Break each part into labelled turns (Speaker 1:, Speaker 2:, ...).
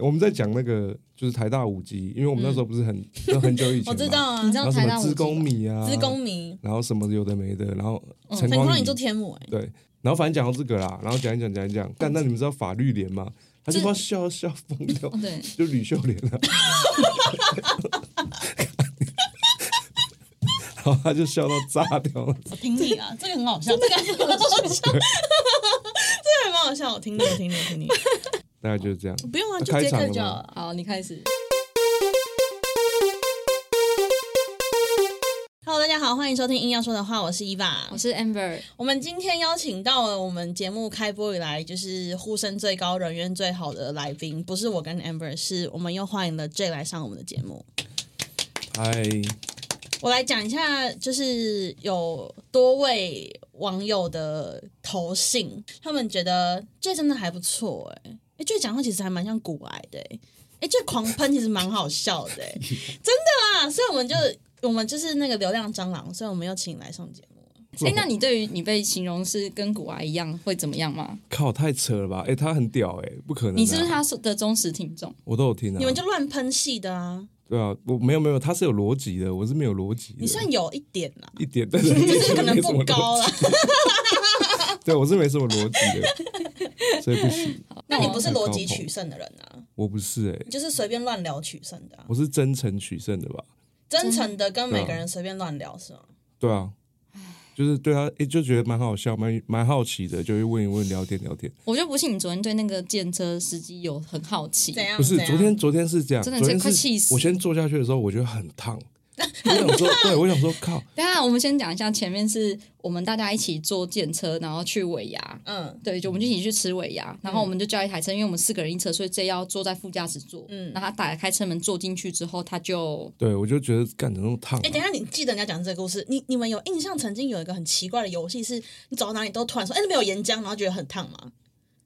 Speaker 1: 我们在讲那个就是台大五 G，因为我们那时候不是很、就很久以
Speaker 2: 我
Speaker 1: 前嘛，
Speaker 2: 知道啊，
Speaker 3: 你知道
Speaker 1: 然后什
Speaker 3: 台大
Speaker 1: 么
Speaker 3: 五
Speaker 1: 资
Speaker 3: 技
Speaker 1: 工
Speaker 3: 吧，
Speaker 1: 米啊，
Speaker 2: 资工迷，
Speaker 1: 然后什么有的没的，然后
Speaker 3: 嗯
Speaker 1: 陈
Speaker 2: 陈光
Speaker 1: 宇
Speaker 2: 宇做天母哎，
Speaker 1: 对，然后反正讲到这个啦，然后讲一讲讲一讲，但那你们知道法律联吗？他就
Speaker 3: 这
Speaker 1: 把笑笑疯掉，
Speaker 3: 哦对，
Speaker 1: 就吕秀莲啊了。然后他就笑到炸掉了，
Speaker 4: 我听你啊，这个很好笑，这个很好笑， 这个还蛮好笑，我听你，我听你，我听你，
Speaker 1: 大概就是这样。
Speaker 4: 不用啊，
Speaker 1: 那
Speaker 4: 就
Speaker 1: 开
Speaker 4: 直接
Speaker 1: 场
Speaker 4: 看
Speaker 1: 了
Speaker 4: 就好
Speaker 1: 吗
Speaker 4: 了。
Speaker 3: 好，你开始。
Speaker 4: Hello，大家好，欢迎收听硬要说的话，我是伊娃
Speaker 3: 我。是 Amber，
Speaker 4: 我们今天邀请到了我们节目开播以来就是呼声最高、人缘最好的来宾，不是我跟 Amber，是我们又欢迎了 J 来上我们的节目。
Speaker 1: 嗨，
Speaker 4: 我来讲一下，就是有多位网友的投信，他们觉得这真的还不错、欸，哎、哎，这讲话其实还蛮像古癌的、欸，哎、这狂喷其实蛮好笑的、 欸，真的啊啦，所以我们就我们就是那个流量蟑螂，所以我们又请你来上节目。
Speaker 1: 哦
Speaker 3: 哎，那你对于你被形容是跟古娃一样会怎么样吗？
Speaker 1: 靠，太扯了吧？哎，他很屌哎，不可能啊。
Speaker 3: 你是不是他说的忠实听众？
Speaker 1: 我都有听啊。
Speaker 4: 你们就乱喷戏的啊，
Speaker 1: 对啊，我没有没有，他是有逻辑的，我是没有逻辑的。
Speaker 4: 你算有一点 啦，
Speaker 1: 一点，但是就是
Speaker 4: 这可能不高啦。
Speaker 1: 对，我是没什么逻辑的，所以不行。
Speaker 4: 那你不是逻辑取胜的人啊，
Speaker 1: 我不是哎、
Speaker 4: 你就是随便乱聊取胜的、啊，
Speaker 1: 我是真诚取胜的吧？
Speaker 4: 真诚的跟每个人随便乱聊是吗？
Speaker 1: 对啊，就是对啊，诶，就觉得蛮好笑，蛮蛮好奇的，就会问一问，聊天聊天。
Speaker 3: 我就不信你昨天对那个电车司机有很好奇
Speaker 4: 怎，样？
Speaker 1: 不是，
Speaker 4: 怎样
Speaker 1: 昨天昨天是这样，
Speaker 3: 真
Speaker 1: 昨
Speaker 3: 的
Speaker 1: 天
Speaker 3: 快气
Speaker 1: 是
Speaker 3: 死
Speaker 1: 我先坐下去的时候，我觉得很烫。我想说，对，我想说，靠，
Speaker 3: 等一下，我们先讲一下，前面是我们大家一起坐电车，然后去尾牙。
Speaker 4: 嗯
Speaker 3: 对，就我们就一起去吃尾牙，然后我们就叫一台车，因为我们四个人一车，所以 J 要坐在副驾驶座。
Speaker 4: 嗯
Speaker 3: 嗯，然后他打开车门坐进去之后，他就
Speaker 1: 对我就觉得干怎么那么烫啊、
Speaker 4: 哎、等一下，你记得你要讲这个故事，你你们有印象曾经有一个很奇怪的游戏，是你走到哪里都突然说，哎、那边有岩浆，然后觉得很烫吗？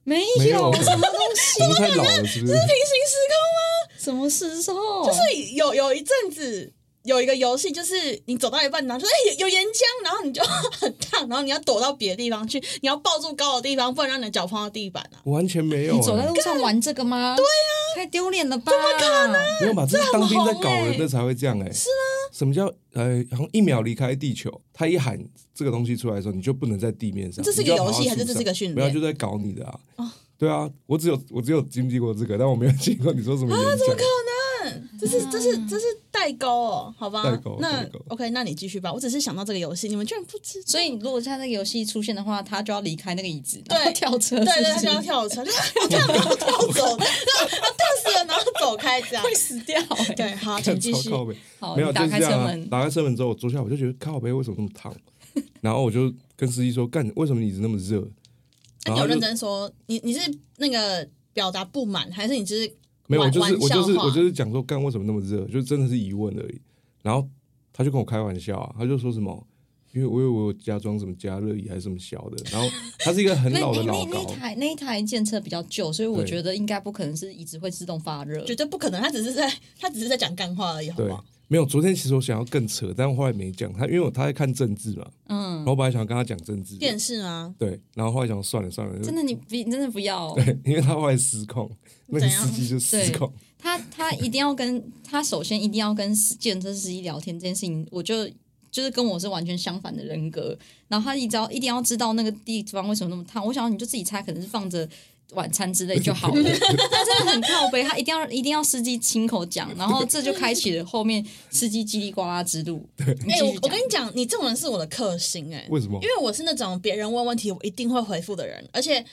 Speaker 3: 没
Speaker 1: 没有
Speaker 3: 有
Speaker 1: 什么东西，
Speaker 4: 啊
Speaker 1: 我们太老了，是不是？
Speaker 3: 什么时候，就是
Speaker 4: 对，有有一阵子有一个游戏，就是你走到一半，然后说，哎、有有岩浆，然后你就 很烫，然后你要躲到别的地方去，你要抱住高的地方，不然让你的脚碰到地板啊。
Speaker 1: 完全没有、
Speaker 3: 你走在
Speaker 1: 欸，
Speaker 3: 路上玩这个吗？对呀、太丢脸了吧？怎么可能？
Speaker 1: 没有吧？这是当兵在搞
Speaker 3: 很红
Speaker 1: 人
Speaker 3: 欸
Speaker 1: 的才会这样哎、是吗？什么叫呃，好像一秒离开地球，他一喊这个东西出来的时候，你就不能在地面上。
Speaker 4: 这是一个
Speaker 1: 你就要
Speaker 4: 游戏
Speaker 1: 跑到
Speaker 4: 还是
Speaker 1: 树
Speaker 4: 这是
Speaker 1: 上
Speaker 4: 个训练哦
Speaker 1: 没有，就在搞你的啊。对啊，我只有我只有经历过这个，但我没有经历过你说什么演讲。
Speaker 4: 这是这是这是代沟哦，好吧？
Speaker 1: 代沟
Speaker 4: 那
Speaker 1: 代沟
Speaker 4: OK，那你继续吧。我只是想到这个游戏，你们居然不知道。
Speaker 3: 所以如果在那个游戏出现的话，他就要离开那个椅子，
Speaker 4: 对
Speaker 3: 然后跳车，
Speaker 4: 对对，他
Speaker 3: 是不
Speaker 4: 就是要跳车，他跳要跳走 的，他烫死了，然后走开这样
Speaker 3: 会。死掉、欸。
Speaker 4: 对， 好，
Speaker 1: 看
Speaker 4: 啊请继续哦
Speaker 1: 超。靠北
Speaker 3: 好，
Speaker 1: 没有
Speaker 3: 你
Speaker 1: 就
Speaker 3: 打
Speaker 1: 是
Speaker 3: 开
Speaker 1: 这
Speaker 3: 车
Speaker 1: 样啊、
Speaker 3: 门，
Speaker 1: 打开车门之后，我坐下我就觉得靠北为什么那么 烫，然后我就跟司机说干，为什么椅子那么热？然
Speaker 4: 那哎你
Speaker 1: 后
Speaker 4: 有
Speaker 1: 他就
Speaker 4: 认真说，你你是那个表达不满，还是你只是
Speaker 1: 没有，我
Speaker 4: 玩
Speaker 1: 就是
Speaker 4: 玩
Speaker 1: 我就是
Speaker 4: 笑话
Speaker 1: 我就是讲说干为什么那么热，就真的是疑问而已。然后他就跟我开玩笑啊，他就说什么，因为我以为我有加装什么加热椅还是什么小的，然后他是一个很
Speaker 3: 那
Speaker 1: 老 的
Speaker 3: 那
Speaker 1: 老
Speaker 3: 那那一
Speaker 1: 高，
Speaker 3: 台那一台建车比较旧，所以我
Speaker 1: 对
Speaker 3: 觉得应该不可能是椅子会自动发热。
Speaker 4: 绝对不可能？他只是在他只是在讲干话而已，好
Speaker 1: 对
Speaker 4: 不好？，
Speaker 1: 没有。昨天其实我想要更扯，但后来没讲他，因为我他在看政治嘛，
Speaker 3: 嗯
Speaker 1: 然，后我本来想要跟他讲政治，
Speaker 4: 电视啊，
Speaker 1: 对，然后后来想算了算了，就
Speaker 3: 真的你不真的不要哦、
Speaker 1: 对， 因为他后来失控，那个
Speaker 4: 怎样
Speaker 1: 司机就失
Speaker 3: 对
Speaker 1: 控，
Speaker 3: 他他一定要跟他首先一定要跟健身司机聊天这件事情，我就就是跟我是完全相反的人格。然后他一直要一定要知道那个地方为什么那么烫，我想你就自己猜，可能是放着。晚餐之类就好 了，他真的很靠背，他一定要一定要司机亲口讲，然后这就开启了后面司机叽里呱啦之路。你
Speaker 4: 哎、
Speaker 3: 继
Speaker 4: 我
Speaker 3: 续
Speaker 4: 我
Speaker 3: 讲
Speaker 4: 跟你讲，你这种人是我的克星哎、
Speaker 1: 为什么
Speaker 4: 因？为我是那种别人问问题我一定会回复的人，而且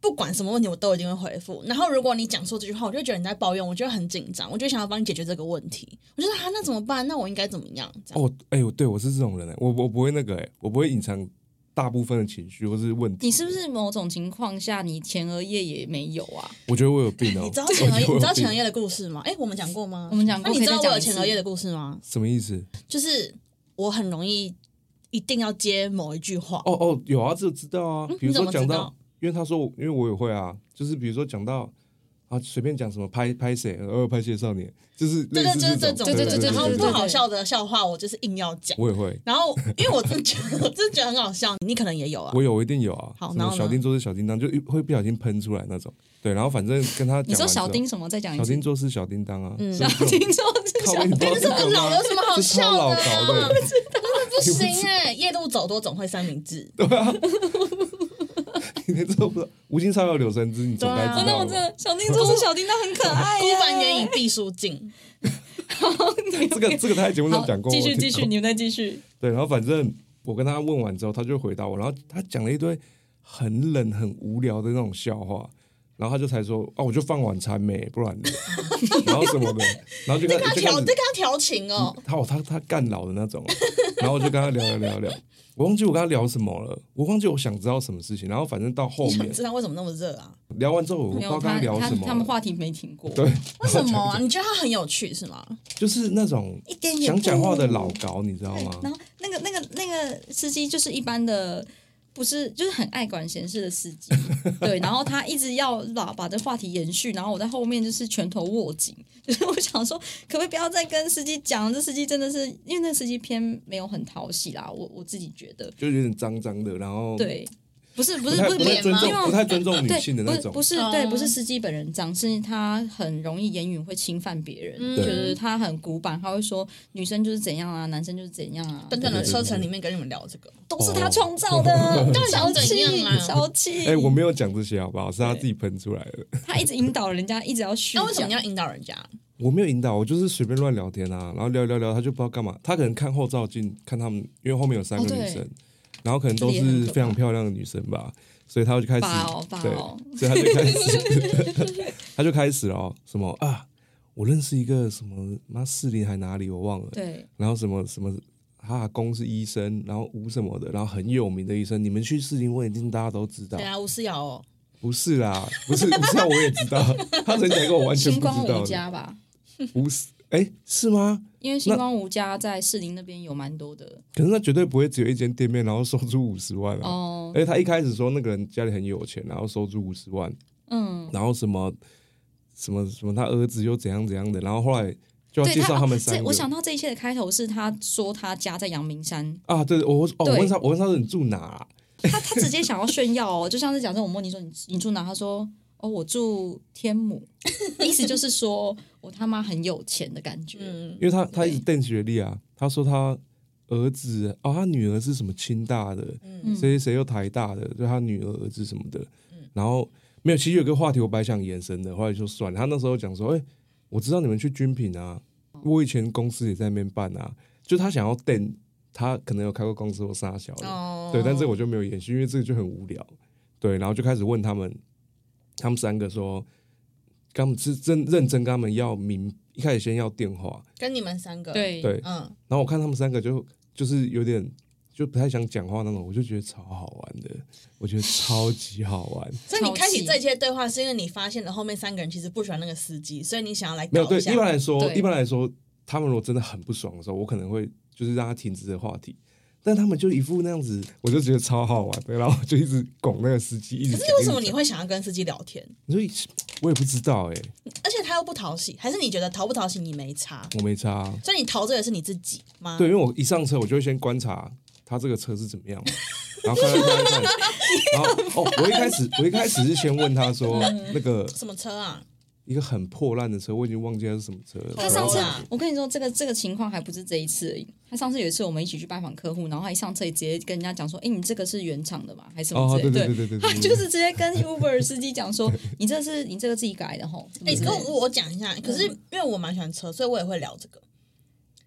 Speaker 4: 不管什么问题我都一定会回复。然后如果你讲错这句话，我就觉得你在抱怨，我就会很紧张，我就想要帮你解决这个问题。我就说啊，那怎么办？那我应该怎么样？这样
Speaker 1: 哦，哎、呦，对我是这种人哎、我我不会那个哎、我不会隐藏大部分的情绪或是问题，
Speaker 3: 你是不是某种情况下你前额叶也没有啊？
Speaker 1: 我觉得我有病哦、
Speaker 4: 你知 道
Speaker 1: 我
Speaker 4: 前额
Speaker 1: 觉
Speaker 4: 叶，
Speaker 1: 得我
Speaker 4: 你
Speaker 1: 有
Speaker 4: 知道
Speaker 1: 病
Speaker 4: 前额叶的故事吗？哎、我们讲过吗？
Speaker 3: 我们讲
Speaker 4: 那你
Speaker 3: 过，可以
Speaker 4: 知
Speaker 3: 再
Speaker 4: 道我
Speaker 3: 讲
Speaker 4: 有
Speaker 3: 一次
Speaker 4: 前额叶的故事吗？
Speaker 1: 什么意思？
Speaker 4: 就是我很容易一定要接某一句话。
Speaker 1: 哦哦，有啊，这知道啊。比
Speaker 4: 嗯你
Speaker 1: 如
Speaker 4: 怎
Speaker 1: 说
Speaker 4: 么
Speaker 1: 讲
Speaker 4: 知
Speaker 1: 到
Speaker 4: 道，
Speaker 1: 因为他说我，因为我也会啊，就是比如说讲到，啊，随便讲什么拍拍谁，呃，拍谢少年，就是
Speaker 4: 对
Speaker 1: 类似
Speaker 4: 对，就是这
Speaker 1: 种，
Speaker 3: 对
Speaker 1: 对
Speaker 3: 对对
Speaker 4: 然后
Speaker 3: 对
Speaker 4: 不
Speaker 3: 对
Speaker 4: 好笑的笑话，我就是硬要讲。
Speaker 1: 我也会，
Speaker 4: 然后，因为我真的觉得，我真的觉得很好笑，你可能也有啊。
Speaker 1: 我有，我一定有啊。
Speaker 4: 好
Speaker 1: 什
Speaker 4: 然
Speaker 1: 么
Speaker 4: 后呢
Speaker 1: 小叮做事小叮当，就一会不小心喷出来那种。对，然后反正跟他讲完之后，
Speaker 3: 你说小丁什么？再讲一
Speaker 1: 小
Speaker 3: 次
Speaker 1: 丁。做事小叮当啊，
Speaker 4: 嗯
Speaker 1: 是
Speaker 3: 小
Speaker 1: 不是
Speaker 3: 丁 做事
Speaker 1: 靠
Speaker 3: 小
Speaker 1: 背你
Speaker 3: 丁
Speaker 1: 不知道
Speaker 4: 但是这
Speaker 1: 个
Speaker 4: 么老有什么好
Speaker 1: 这超
Speaker 4: 笑
Speaker 1: 老
Speaker 4: 的啊？
Speaker 1: 高的，
Speaker 4: 不行哎、夜路走多总会三明治。
Speaker 1: 你连这都不知道。无心插柳柳橙汁，你总该知
Speaker 4: 对啊
Speaker 1: 道
Speaker 3: 哦，那我
Speaker 1: 吧
Speaker 3: 真的小 丁做事小叮当很可 爱啊
Speaker 4: 孤
Speaker 3: 耶。
Speaker 4: 帆远影毕书尽，
Speaker 1: 这个这个他在节目上
Speaker 3: 好
Speaker 1: 讲过，，
Speaker 3: 继
Speaker 1: 我
Speaker 3: 续
Speaker 1: 听
Speaker 3: 继续，
Speaker 1: 过
Speaker 3: 你们再继续。
Speaker 1: 对，然后反正我跟他问完之后，他就回答我，然后他讲了一堆很冷很无聊的那种笑话，然后他就才说啊，我就放晚餐没，不然呢然后什么的，然后就
Speaker 4: 在
Speaker 1: 跟
Speaker 4: 跟他
Speaker 1: 就开
Speaker 4: 调，在
Speaker 1: 始
Speaker 4: 跟他调情哦。
Speaker 1: 他哦，他他干老的那种哦，然后我就跟他聊聊聊聊，我忘记我跟他聊什么了，我忘记我想知道什么事情，然后反正到后
Speaker 4: 你想
Speaker 1: 面
Speaker 4: 知道为什么那么热啊？
Speaker 1: 聊完之后，我不
Speaker 3: 没
Speaker 1: 知道
Speaker 3: 有
Speaker 1: 跟
Speaker 3: 他，
Speaker 1: 聊
Speaker 3: 他
Speaker 1: 什么
Speaker 3: 他们
Speaker 1: 了，
Speaker 3: 话题没停过。
Speaker 1: 对，
Speaker 4: 为什么啊？你觉得他很有趣是吗？
Speaker 1: 就是那种
Speaker 3: 一点也
Speaker 1: 想讲话的老啊
Speaker 3: 不
Speaker 1: 高，你知道
Speaker 3: 对
Speaker 1: 吗？
Speaker 3: 然后那个那个那个司机就是一般的，不是就是很爱管闲事的司 机，对。然后他一直要把把这话题延续，然后我在后面就是拳头握紧， 就是我想说，可不可以不要再跟司机讲？这司机真的是，因为那司机偏没有很讨喜啦，我我自己觉得，
Speaker 1: 就有点脏脏的，然后
Speaker 3: 对。不是不
Speaker 1: 不
Speaker 3: 是
Speaker 1: 太
Speaker 3: 是
Speaker 1: 不太
Speaker 4: 脸
Speaker 1: 尊
Speaker 4: 吗
Speaker 1: 重，不太尊重女
Speaker 3: 对，
Speaker 1: 性的
Speaker 3: 不
Speaker 1: 那
Speaker 3: 是
Speaker 1: 种
Speaker 3: 不。是
Speaker 4: 嗯
Speaker 3: 对，不是司机本人脏，是他很容易言语会侵犯别人，
Speaker 4: 嗯
Speaker 3: 就
Speaker 1: 对
Speaker 3: 是他很古板，他会说女生就是怎样啊，男生就是怎样啊，
Speaker 4: 短短的车程里面跟你们聊这个，
Speaker 3: 都是他创 造的，
Speaker 4: 到底
Speaker 3: 小
Speaker 4: 想怎
Speaker 3: 气
Speaker 4: 样啊
Speaker 3: 小气。
Speaker 1: 哎、我没有讲这些好不好？是他自己喷出来的，
Speaker 3: 他一直引导人家，一直要虚
Speaker 4: 那为什么
Speaker 3: 假
Speaker 4: 你。要引导人家？
Speaker 1: 我没有引导，我就是随便乱聊天啊，然后聊聊聊，他就不知道干嘛。他可能看后照镜，看他们，因为后面有三个
Speaker 3: 哦对
Speaker 1: 女生，然后可能都是非常漂亮的女生吧，所以他就开始
Speaker 3: 爸哦爸哦，
Speaker 1: 对，所以他就开始， 他就开始了哦什么啊，我认识一个什么妈士林还哪里我忘了，
Speaker 3: 对，
Speaker 1: 然后什么什么，他阿公是医生，然后吴什么的，然后很有名的医生，你们去士林我一定大家都知道
Speaker 4: 对，啊，吴思瑶哦，
Speaker 1: 不是啦，不是，不是啊，我也知 道，他曾经讲过我完全
Speaker 3: 星
Speaker 1: 不
Speaker 3: 光
Speaker 1: 知
Speaker 3: 吴
Speaker 1: 道的，
Speaker 3: 家吧，
Speaker 1: 不是，哎，是吗？
Speaker 3: 因为星光吴家在士林那边有蛮多的
Speaker 1: 可是那绝对不会只有一间店面，然后收出五十万啊！
Speaker 3: 哦，
Speaker 1: 而且他一开始说那个人家里很有钱，然后收出五十万，
Speaker 3: 嗯，
Speaker 1: 然后什么什么什么，他儿子又怎样怎样的，然后后来就要
Speaker 3: 对
Speaker 1: 介绍
Speaker 3: 他
Speaker 1: 们
Speaker 3: 哦
Speaker 1: 三
Speaker 3: 这
Speaker 1: 个
Speaker 3: 我想到这一切的开头是他说他家在阳明山，
Speaker 1: 啊，对，我哦，我
Speaker 3: 对
Speaker 1: 问他，我问他说你住哪啊？
Speaker 3: 他他直接想要炫耀哦，就像是假设我问你说你你住哪，他说哦我住天母，意思就是说我他妈很有钱的感觉。
Speaker 4: 嗯
Speaker 1: 因，为他他一直瞪学历啊，他说他儿子哦，他女儿是什么清大的，
Speaker 3: 嗯
Speaker 1: 谁谁谁又台大的，就他女儿儿子什么的，然后没有，其实有个话题我本来想延伸的，后来就算了。他那时候讲说，哎、我知道你们去军品啊，我以前公司也在那边办啊，就他想要瞪他可能有开过公司或啥小的，
Speaker 4: 哦
Speaker 1: 对，但这个我就没有延续，因为这个就很无聊。对，然后就开始问他们，他们三个说，跟他们是真认真跟他们要名，一开始先要电话，
Speaker 4: 跟你们三个，
Speaker 3: 对
Speaker 1: 对，
Speaker 4: 嗯，
Speaker 1: 然后我看他们三个就就是有点就不太想讲话那种，我就觉得超好玩的，我觉得超级好玩。
Speaker 4: 所以你开启这些对话，是因为你发现了后面三个人其实不喜欢那个司机，所以你想要来
Speaker 1: 没有
Speaker 4: 搞
Speaker 1: 对，
Speaker 4: 一下
Speaker 1: 一。般来说，
Speaker 3: 对
Speaker 1: 一般来说，他们如果真的很不爽的时候，我可能会就是让他停止这个话题。但他们就一副那样子，我就觉得超好玩的，然后我就一直拱那个司机，一直
Speaker 4: 可
Speaker 1: 讲。
Speaker 4: 是为什么
Speaker 1: 一直
Speaker 4: 你
Speaker 1: 讲？
Speaker 4: 会想要跟司机聊天？
Speaker 1: 所以我也不知道哎、
Speaker 4: 而且他又不讨喜，还是你觉得讨不讨喜你没差？
Speaker 1: 我没差啊。
Speaker 4: 所以你逃这个是你自己吗？
Speaker 1: 对，因为我一上车，我就会先观察他这个车是怎么样嘛，然后看看看看，然后哦，我一开始我一开始是先问他说
Speaker 4: 嗯
Speaker 1: 那个
Speaker 4: 什么车啊？
Speaker 1: 一个很破烂的车，我已经忘记它是什么车了。
Speaker 3: 他上次
Speaker 1: 然后
Speaker 3: 我跟你说，这个这个情况还不是这一次而已。他上次有一次我们一起去拜访客户，然后他一上车也直接跟人家讲说：“哎，你这个是原厂的吗？还是什么
Speaker 1: 哦，
Speaker 3: 之类
Speaker 1: 对
Speaker 3: 的？”
Speaker 1: 对对对对，
Speaker 3: 他
Speaker 1: 对
Speaker 3: 就是直接跟 Uber 司机讲说：“你这是你这个自己改的吼。”
Speaker 1: 嗯
Speaker 4: 哎、
Speaker 3: 什么之类
Speaker 4: 跟
Speaker 3: 的
Speaker 4: 我我讲一下，可是因为我蛮喜欢车，所以我也会聊这个。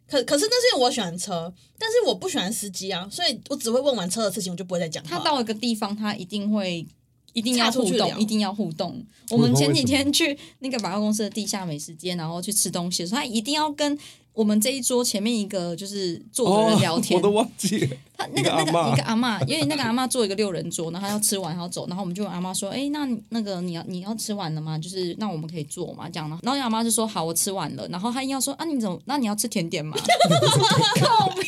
Speaker 4: 可可是那是因为我喜欢车，但是我不喜欢司机啊，所以我只会问完车的事情，我就不会再讲话。
Speaker 3: 他到一个地方，他一定会一定要
Speaker 4: 岔出
Speaker 3: 互
Speaker 4: 去聊
Speaker 3: 动，一定要互动。我
Speaker 1: 知道
Speaker 3: 们前
Speaker 1: 为
Speaker 3: 几
Speaker 1: 什么
Speaker 3: 天去那个百货公司的地下美食街，然后去吃东西的时候，他一定要跟我们这一桌前面一个就是坐的人聊
Speaker 1: 哦
Speaker 3: 天。
Speaker 1: 我都忘记了。
Speaker 3: 他那个那
Speaker 1: 一个阿
Speaker 3: 个
Speaker 1: 嬷
Speaker 3: 一个阿嬷，因为那个阿嬷坐一个六人桌，然后她要吃完还要走，然后我们就问阿嬷说：“哎、那你那个你要你要吃完了吗？就是那我们可以坐嘛这样。”然后那个阿嬷就说：“好，我吃完了。”然后她硬要说：“啊，你怎么？那你要吃甜点吗？”靠北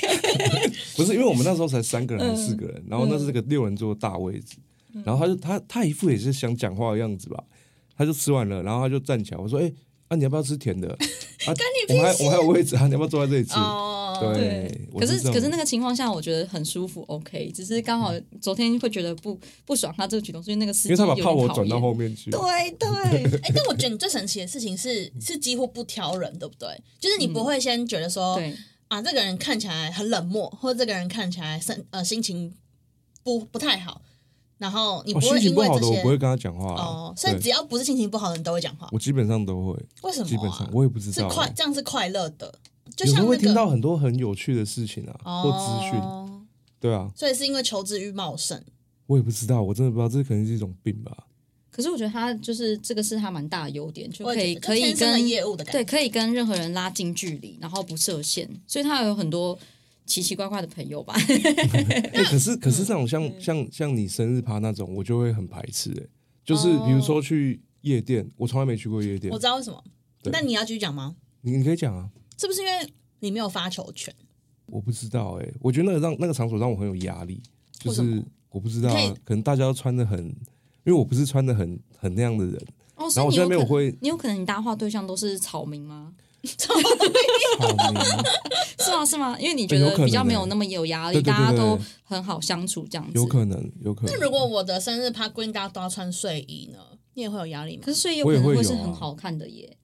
Speaker 1: 不是因为我们那时候才三个人还是四个人，然后那是个六人座的大位置，然后他就他他一副也是想讲话的样子吧，他就吃完了，然后他就站起来，我说：“哎、啊，你要不要吃甜的？啊，我们还我们还有位置啊，你要不要坐在这里吃？”
Speaker 4: 哦，
Speaker 1: 对，我
Speaker 3: 可是
Speaker 1: 这种
Speaker 3: 可是那个情况下，我觉得很舒服，OK。只是刚好昨天会觉得不不爽他这个举动，是因为那个司
Speaker 1: 因
Speaker 3: 机
Speaker 1: 为他把
Speaker 3: 有点
Speaker 1: 炮火
Speaker 3: 讨
Speaker 1: 转到
Speaker 3: 厌
Speaker 1: 后面去，
Speaker 4: 啊
Speaker 3: 对对
Speaker 4: 哎、但我觉得你最神奇的事情是，是几乎不挑人，对不对？就是你不会先觉得说，
Speaker 3: 对，
Speaker 4: 啊，这个人看起来很冷漠，或者这个人看起来身呃心情不不太好，然后你
Speaker 1: 我
Speaker 4: 不
Speaker 1: 哦心
Speaker 4: 会
Speaker 1: 情
Speaker 4: 因
Speaker 1: 不
Speaker 4: 为
Speaker 1: 好
Speaker 4: 这
Speaker 1: 的我
Speaker 4: 些
Speaker 1: 不会跟他讲话啊、
Speaker 4: 哦，所以
Speaker 1: 对
Speaker 4: 只要不是心情不好的人都会讲话，
Speaker 1: 我基本上都会，
Speaker 4: 为什么、啊？
Speaker 1: 基本上我也不知
Speaker 4: 是
Speaker 1: 道、啊
Speaker 4: 快，这样是快乐的，就
Speaker 1: 有时
Speaker 4: 像
Speaker 1: 候
Speaker 4: 那
Speaker 1: 会
Speaker 4: 个
Speaker 1: 听到很多很有趣的事情啊，或资讯，
Speaker 4: 哦
Speaker 1: 对啊，
Speaker 4: 所以是因为求知欲茂盛，
Speaker 1: 我也不知道，我真的不知道，这可能是一种病吧。
Speaker 3: 可是我觉得他就是这个是他蛮大的优点，就
Speaker 4: 我
Speaker 3: 可
Speaker 4: 也
Speaker 3: 以
Speaker 4: 觉得
Speaker 3: 可
Speaker 4: 就
Speaker 3: 以
Speaker 4: 天生的
Speaker 3: 跟
Speaker 4: 业务的感觉，
Speaker 3: 对可以跟任何人拉近距离，然后不设限，所以他有很多奇奇怪怪的朋友 吧。
Speaker 1: 哎、可
Speaker 4: 嗯
Speaker 1: 是可是这种像、像像你生日趴那种，我就会很排斥、哎，就是
Speaker 4: 哦
Speaker 1: 比如说去夜店，我从来没去过夜店
Speaker 4: 我，知道为什么。
Speaker 1: 对
Speaker 4: 那你要继续讲吗？
Speaker 1: 你你可以讲啊，
Speaker 4: 是不是因为你没有发球权？
Speaker 1: 我不知道、哎，我觉得那个让那个场所让我很有压力，就
Speaker 4: 为什
Speaker 1: 是
Speaker 4: 么
Speaker 1: 我不知道、
Speaker 4: 你可
Speaker 1: 啊
Speaker 4: 以，
Speaker 1: 可能大家都穿的很，因为我不是穿的很很那样的人，
Speaker 3: 哦，
Speaker 1: 然
Speaker 3: 所
Speaker 1: 后
Speaker 3: 以
Speaker 1: 我
Speaker 3: 你
Speaker 1: 在那
Speaker 3: 有可
Speaker 1: 边我
Speaker 3: 能
Speaker 1: 会
Speaker 3: 你有可能你搭话对象都是草民吗？
Speaker 1: 好 迷
Speaker 3: 是吗？是吗？因为你
Speaker 1: 哎
Speaker 3: 觉
Speaker 1: 有
Speaker 3: 得
Speaker 1: 可能
Speaker 3: 比较没有
Speaker 1: 欸
Speaker 3: 那么有压力，
Speaker 1: 对对对
Speaker 3: 大家都
Speaker 1: 对
Speaker 3: 很好相处这样子。
Speaker 1: 有可能，有可
Speaker 4: 那
Speaker 1: 能。
Speaker 4: 如果我的生日趴规定大家都要穿睡衣呢，你也会有压力吗
Speaker 3: 可？是所以有
Speaker 1: 我
Speaker 3: 可
Speaker 1: 也
Speaker 3: 能
Speaker 1: 会有
Speaker 3: 会是
Speaker 1: 啊
Speaker 3: 很好看的耶。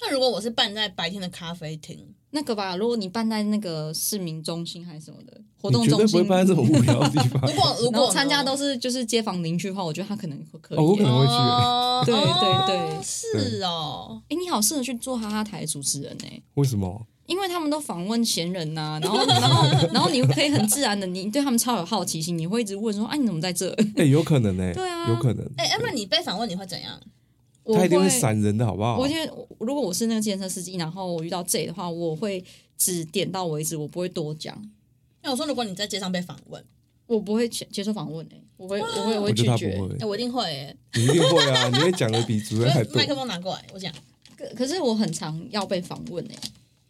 Speaker 4: 那如果我是办在白天的咖啡厅，
Speaker 3: 那个吧，如果你办在那个市民中心还是什么的活动
Speaker 1: 你绝对
Speaker 3: 中
Speaker 1: 不会
Speaker 3: 心，
Speaker 1: 搬在这种无聊的地方
Speaker 4: 如。果如
Speaker 3: 然后
Speaker 4: 果
Speaker 3: 参加都
Speaker 4: 是
Speaker 3: 是就是街坊邻居的话，我觉得他可能会可以耶。
Speaker 1: 哦 我可能会去
Speaker 4: 哦，
Speaker 3: 对
Speaker 4: 哦
Speaker 3: 对对
Speaker 4: 是哦，
Speaker 3: 哎、你好适合去做哈哈台的主持人呢、
Speaker 1: 为什么？
Speaker 3: 因为他们都访问闲人呐、 然后然后然后你可以很自然的，你对他们超有好奇心，你会一直问说，哎、你怎么在这？
Speaker 1: 哎、有可能哎、
Speaker 3: 对啊
Speaker 1: 有可能。
Speaker 4: 哎，要不然你被访问你会怎样？
Speaker 3: 我
Speaker 1: 他一定会闪啊人的好不好？
Speaker 3: 我因为如果我是那个健身司机，然后我遇到 J 的话，我会只点到为止，我不会多讲，
Speaker 4: 那我说如果你在街上被访问，
Speaker 3: 我不会接接受访问诶、我会我会我
Speaker 1: 我
Speaker 3: 会
Speaker 1: 觉
Speaker 3: 拒
Speaker 1: 得他
Speaker 3: 绝
Speaker 1: 不。会
Speaker 4: 哎，，我一定会哎，
Speaker 1: 你一定会啊！你会讲的比主任还多。
Speaker 4: 麦克风拿过来，我讲。哎
Speaker 3: 可可是我很常要被访问诶、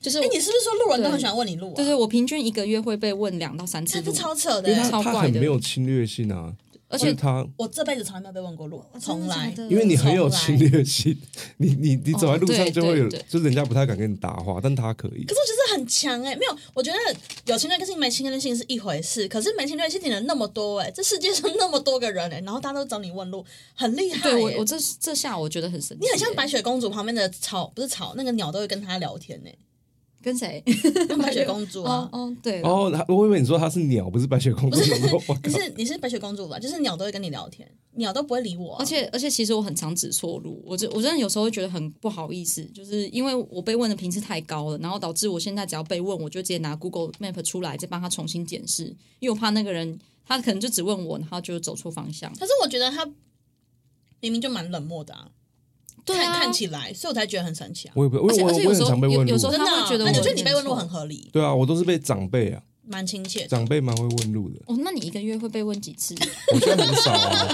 Speaker 3: 就是
Speaker 4: 哎，你是不是说路人都
Speaker 3: 对
Speaker 4: 很喜欢问你路啊？
Speaker 3: 就是我平均一个月会被问两到三次
Speaker 4: 这这，
Speaker 3: 路
Speaker 4: 超扯的
Speaker 1: 因为
Speaker 4: 欸，
Speaker 1: 他
Speaker 3: 超
Speaker 1: 他
Speaker 3: 怪的
Speaker 1: 很没有侵略性啊，
Speaker 3: 而
Speaker 1: 因为
Speaker 3: 且嗯
Speaker 1: 他
Speaker 4: 我这辈子从来没有被问过路，从来
Speaker 3: 哦真的。假的哦
Speaker 1: 因为你很有
Speaker 4: 从来
Speaker 1: 侵略性，你你你走在路上
Speaker 3: 对
Speaker 1: 就会有，
Speaker 3: 对对
Speaker 1: 就人家不太敢跟你搭话，但他可以
Speaker 4: 可。是我觉得很强哎、没有，我觉得有侵略性跟没侵略性是一回事，可是没侵略性的人那么多哎、这世界上那么多个人哎、然后大家都找你问路，很厉害、欸。
Speaker 3: 对我我这这下我觉得很神奇、
Speaker 4: 你很像
Speaker 3: 欸
Speaker 4: 白雪公主旁边的草，不是草，那个鸟都会跟她聊天欸呢、
Speaker 3: 跟谁？
Speaker 4: 跟白雪公主啊
Speaker 3: 哦，哦，对，
Speaker 1: 哦，他我以为你说他是鸟，不是白雪公主。我说我
Speaker 4: 你
Speaker 1: 靠，
Speaker 4: 是
Speaker 3: 哦
Speaker 4: 你是白雪公主吧？就是鸟都会跟你聊天，鸟都不会理我啊、
Speaker 3: 而且而且，其实我很常指错路，我就我真的有时候会觉得很不好意思，就是因为我被问的频次太高了，然后导致我现在只要被问，我就直接拿 Google Map 出来，再帮他重新检视，因为我怕那个人他可能就只问我，然后就走错方向。
Speaker 4: 可是我觉得她明明就蛮冷漠的啊，
Speaker 3: 对啊，
Speaker 4: 看看起来，所以我才觉得很神奇啊。
Speaker 1: 我也不，我
Speaker 3: 而且
Speaker 1: 我
Speaker 3: 而且
Speaker 1: 我
Speaker 3: 有
Speaker 1: 也很
Speaker 3: 时候
Speaker 1: 常被问
Speaker 3: 有
Speaker 1: 路
Speaker 3: 有时。候
Speaker 4: 真的
Speaker 3: 他
Speaker 4: 啊、
Speaker 3: 会觉得
Speaker 4: 那
Speaker 3: 我
Speaker 4: 你觉得你被问
Speaker 3: 很
Speaker 4: 路很
Speaker 3: 错
Speaker 4: 合理，
Speaker 1: 对啊，我都是被长辈啊，
Speaker 4: 蛮亲切的。
Speaker 1: 长辈蛮会问路的。
Speaker 3: 哦，那你一个月会被问几次？
Speaker 1: 我现在很少 啊，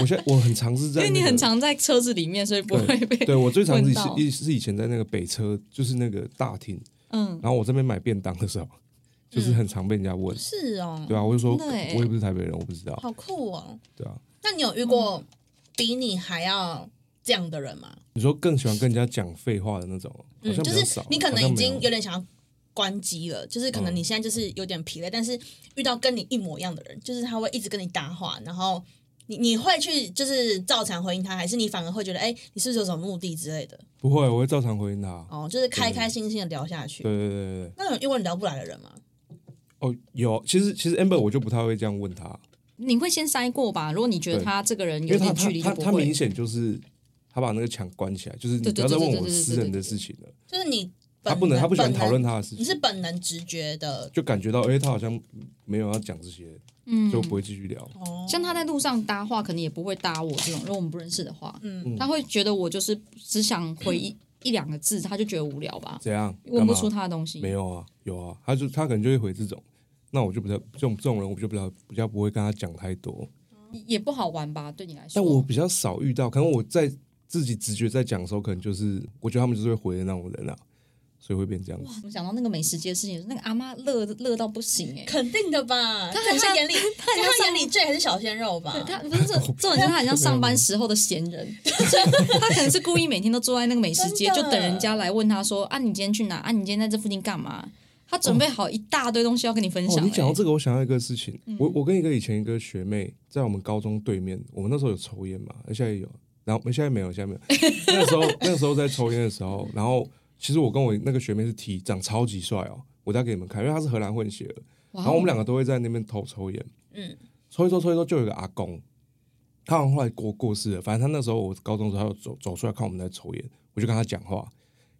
Speaker 1: 我现在我很常是
Speaker 3: 因
Speaker 1: 在 那
Speaker 3: 为
Speaker 1: 个，
Speaker 3: 你很常在车子里面，所以不会被
Speaker 1: 对我最常是
Speaker 3: 问到
Speaker 1: 以是以前在那个北车，就是那个大厅，
Speaker 3: 嗯。
Speaker 1: 然后我这边买便当的时候，就是很常被人家问，
Speaker 4: 是哦，
Speaker 1: 对啊，我就说
Speaker 3: 真的欸
Speaker 1: 我也不是台北人，我不知道，
Speaker 4: 好酷哦。
Speaker 1: 对啊。
Speaker 4: 那你有遇过
Speaker 3: 嗯
Speaker 4: 比你还要这样的人吗？
Speaker 1: 你说更喜欢跟人家讲废话的那种，好
Speaker 3: 嗯
Speaker 1: 像
Speaker 4: 嗯就
Speaker 1: 比较少
Speaker 4: 是。你可
Speaker 1: 好
Speaker 4: 能
Speaker 1: 像没
Speaker 4: 已
Speaker 1: 有
Speaker 4: 经有点想要关机了，就是可能
Speaker 1: 嗯
Speaker 4: 你现在就是有点疲累，但是遇到跟你一模一样的人，就是他会一直跟你搭话，然后你你会去就是照常回应他，还是你反而会觉得哎、你是不是有什么目的之类的？
Speaker 1: 不会，我会照常回应他。
Speaker 4: 哦，就是开开心心的聊下去
Speaker 1: 对。对对对对，
Speaker 4: 那有遇过你聊不来的人吗？
Speaker 1: 哦，有，其实其实 Amber 我就不太会这样问他，
Speaker 3: 你会先筛过吧？如果你觉得
Speaker 1: 对
Speaker 3: 他这个人
Speaker 1: 因
Speaker 3: 有
Speaker 1: 为他
Speaker 3: 点距
Speaker 1: 他
Speaker 3: 离，就
Speaker 1: 他
Speaker 3: 不
Speaker 1: 他明
Speaker 3: 会。
Speaker 1: 显就是他把那个墙关起来，就是你
Speaker 3: 对
Speaker 1: 不
Speaker 3: 对
Speaker 1: 要再问
Speaker 3: 对对
Speaker 1: 我
Speaker 3: 对对
Speaker 1: 私
Speaker 3: 对
Speaker 1: 人的
Speaker 3: 对
Speaker 1: 事情了，
Speaker 4: 就是你
Speaker 1: 他
Speaker 4: 本
Speaker 1: 不能
Speaker 4: 能
Speaker 1: 他不喜欢
Speaker 4: 本能
Speaker 1: 讨论他的事
Speaker 4: 你
Speaker 1: 情，
Speaker 4: 是本能直觉的
Speaker 1: 就感觉到哎他好像没有要讲这些，
Speaker 3: 嗯
Speaker 1: 就不会继续聊。
Speaker 4: 哦，
Speaker 3: 像他在路上搭话，可能也不会搭我这种，如果我们不认识的话，
Speaker 4: 嗯
Speaker 3: 他会觉得我就是只想回一一两个字，他就觉得无聊吧，
Speaker 1: 怎样？
Speaker 3: 问不
Speaker 1: 嗯干嘛
Speaker 3: 出他的东西。
Speaker 1: 没有啊，有啊，他就他可能就会回这种，那我就比较这种这种人，我就比较比较不会跟他讲太多。
Speaker 3: 也不好玩吧？对你来说，
Speaker 1: 但我比较少遇到，可能我在自己直觉在讲的时候，可能就是我觉得他们就是会回的那种人啊，所以会变这样子。
Speaker 3: 哇，我想到那个美食街的事情，那个阿妈乐乐到不行哎、
Speaker 4: 肯定的吧？
Speaker 3: 他
Speaker 4: 在
Speaker 3: 很像
Speaker 4: 眼里，
Speaker 3: 很
Speaker 4: 在
Speaker 3: 像
Speaker 4: 他
Speaker 3: 上
Speaker 4: 眼里这还是小鲜肉吧？
Speaker 3: 他不是这这种人，他很像上班时候的闲 人，所以他可能是故意每天都坐在那个美食街，
Speaker 4: 真
Speaker 3: 就
Speaker 4: 的
Speaker 3: 等人家来问他说：“啊，你今天去哪？啊，你今天在这附近干嘛？”他准备好一大堆东西要跟你分享、
Speaker 1: 哦，
Speaker 3: 嗯
Speaker 1: 你讲到
Speaker 3: 欸
Speaker 1: 这个，我想到一个事情，我我跟一个以前一个学妹在我们高中对面，我们那时候有抽烟嘛，现在有，然后现在没有，现在没有。那 时候那时候在抽烟的时候，然后其实我跟我那个学妹是 T，长超级帅哦，我再给你们看，因为他是荷兰混血儿，
Speaker 3: 哇
Speaker 1: 然
Speaker 3: 哦
Speaker 1: 后我们两个都会在那边偷抽烟，
Speaker 4: 嗯，
Speaker 1: 抽一抽抽一抽，就有一个阿公，他好像后来过过世了，反正他那时候我高中的时候，他有走走出来看我们在抽烟，我就跟他讲话，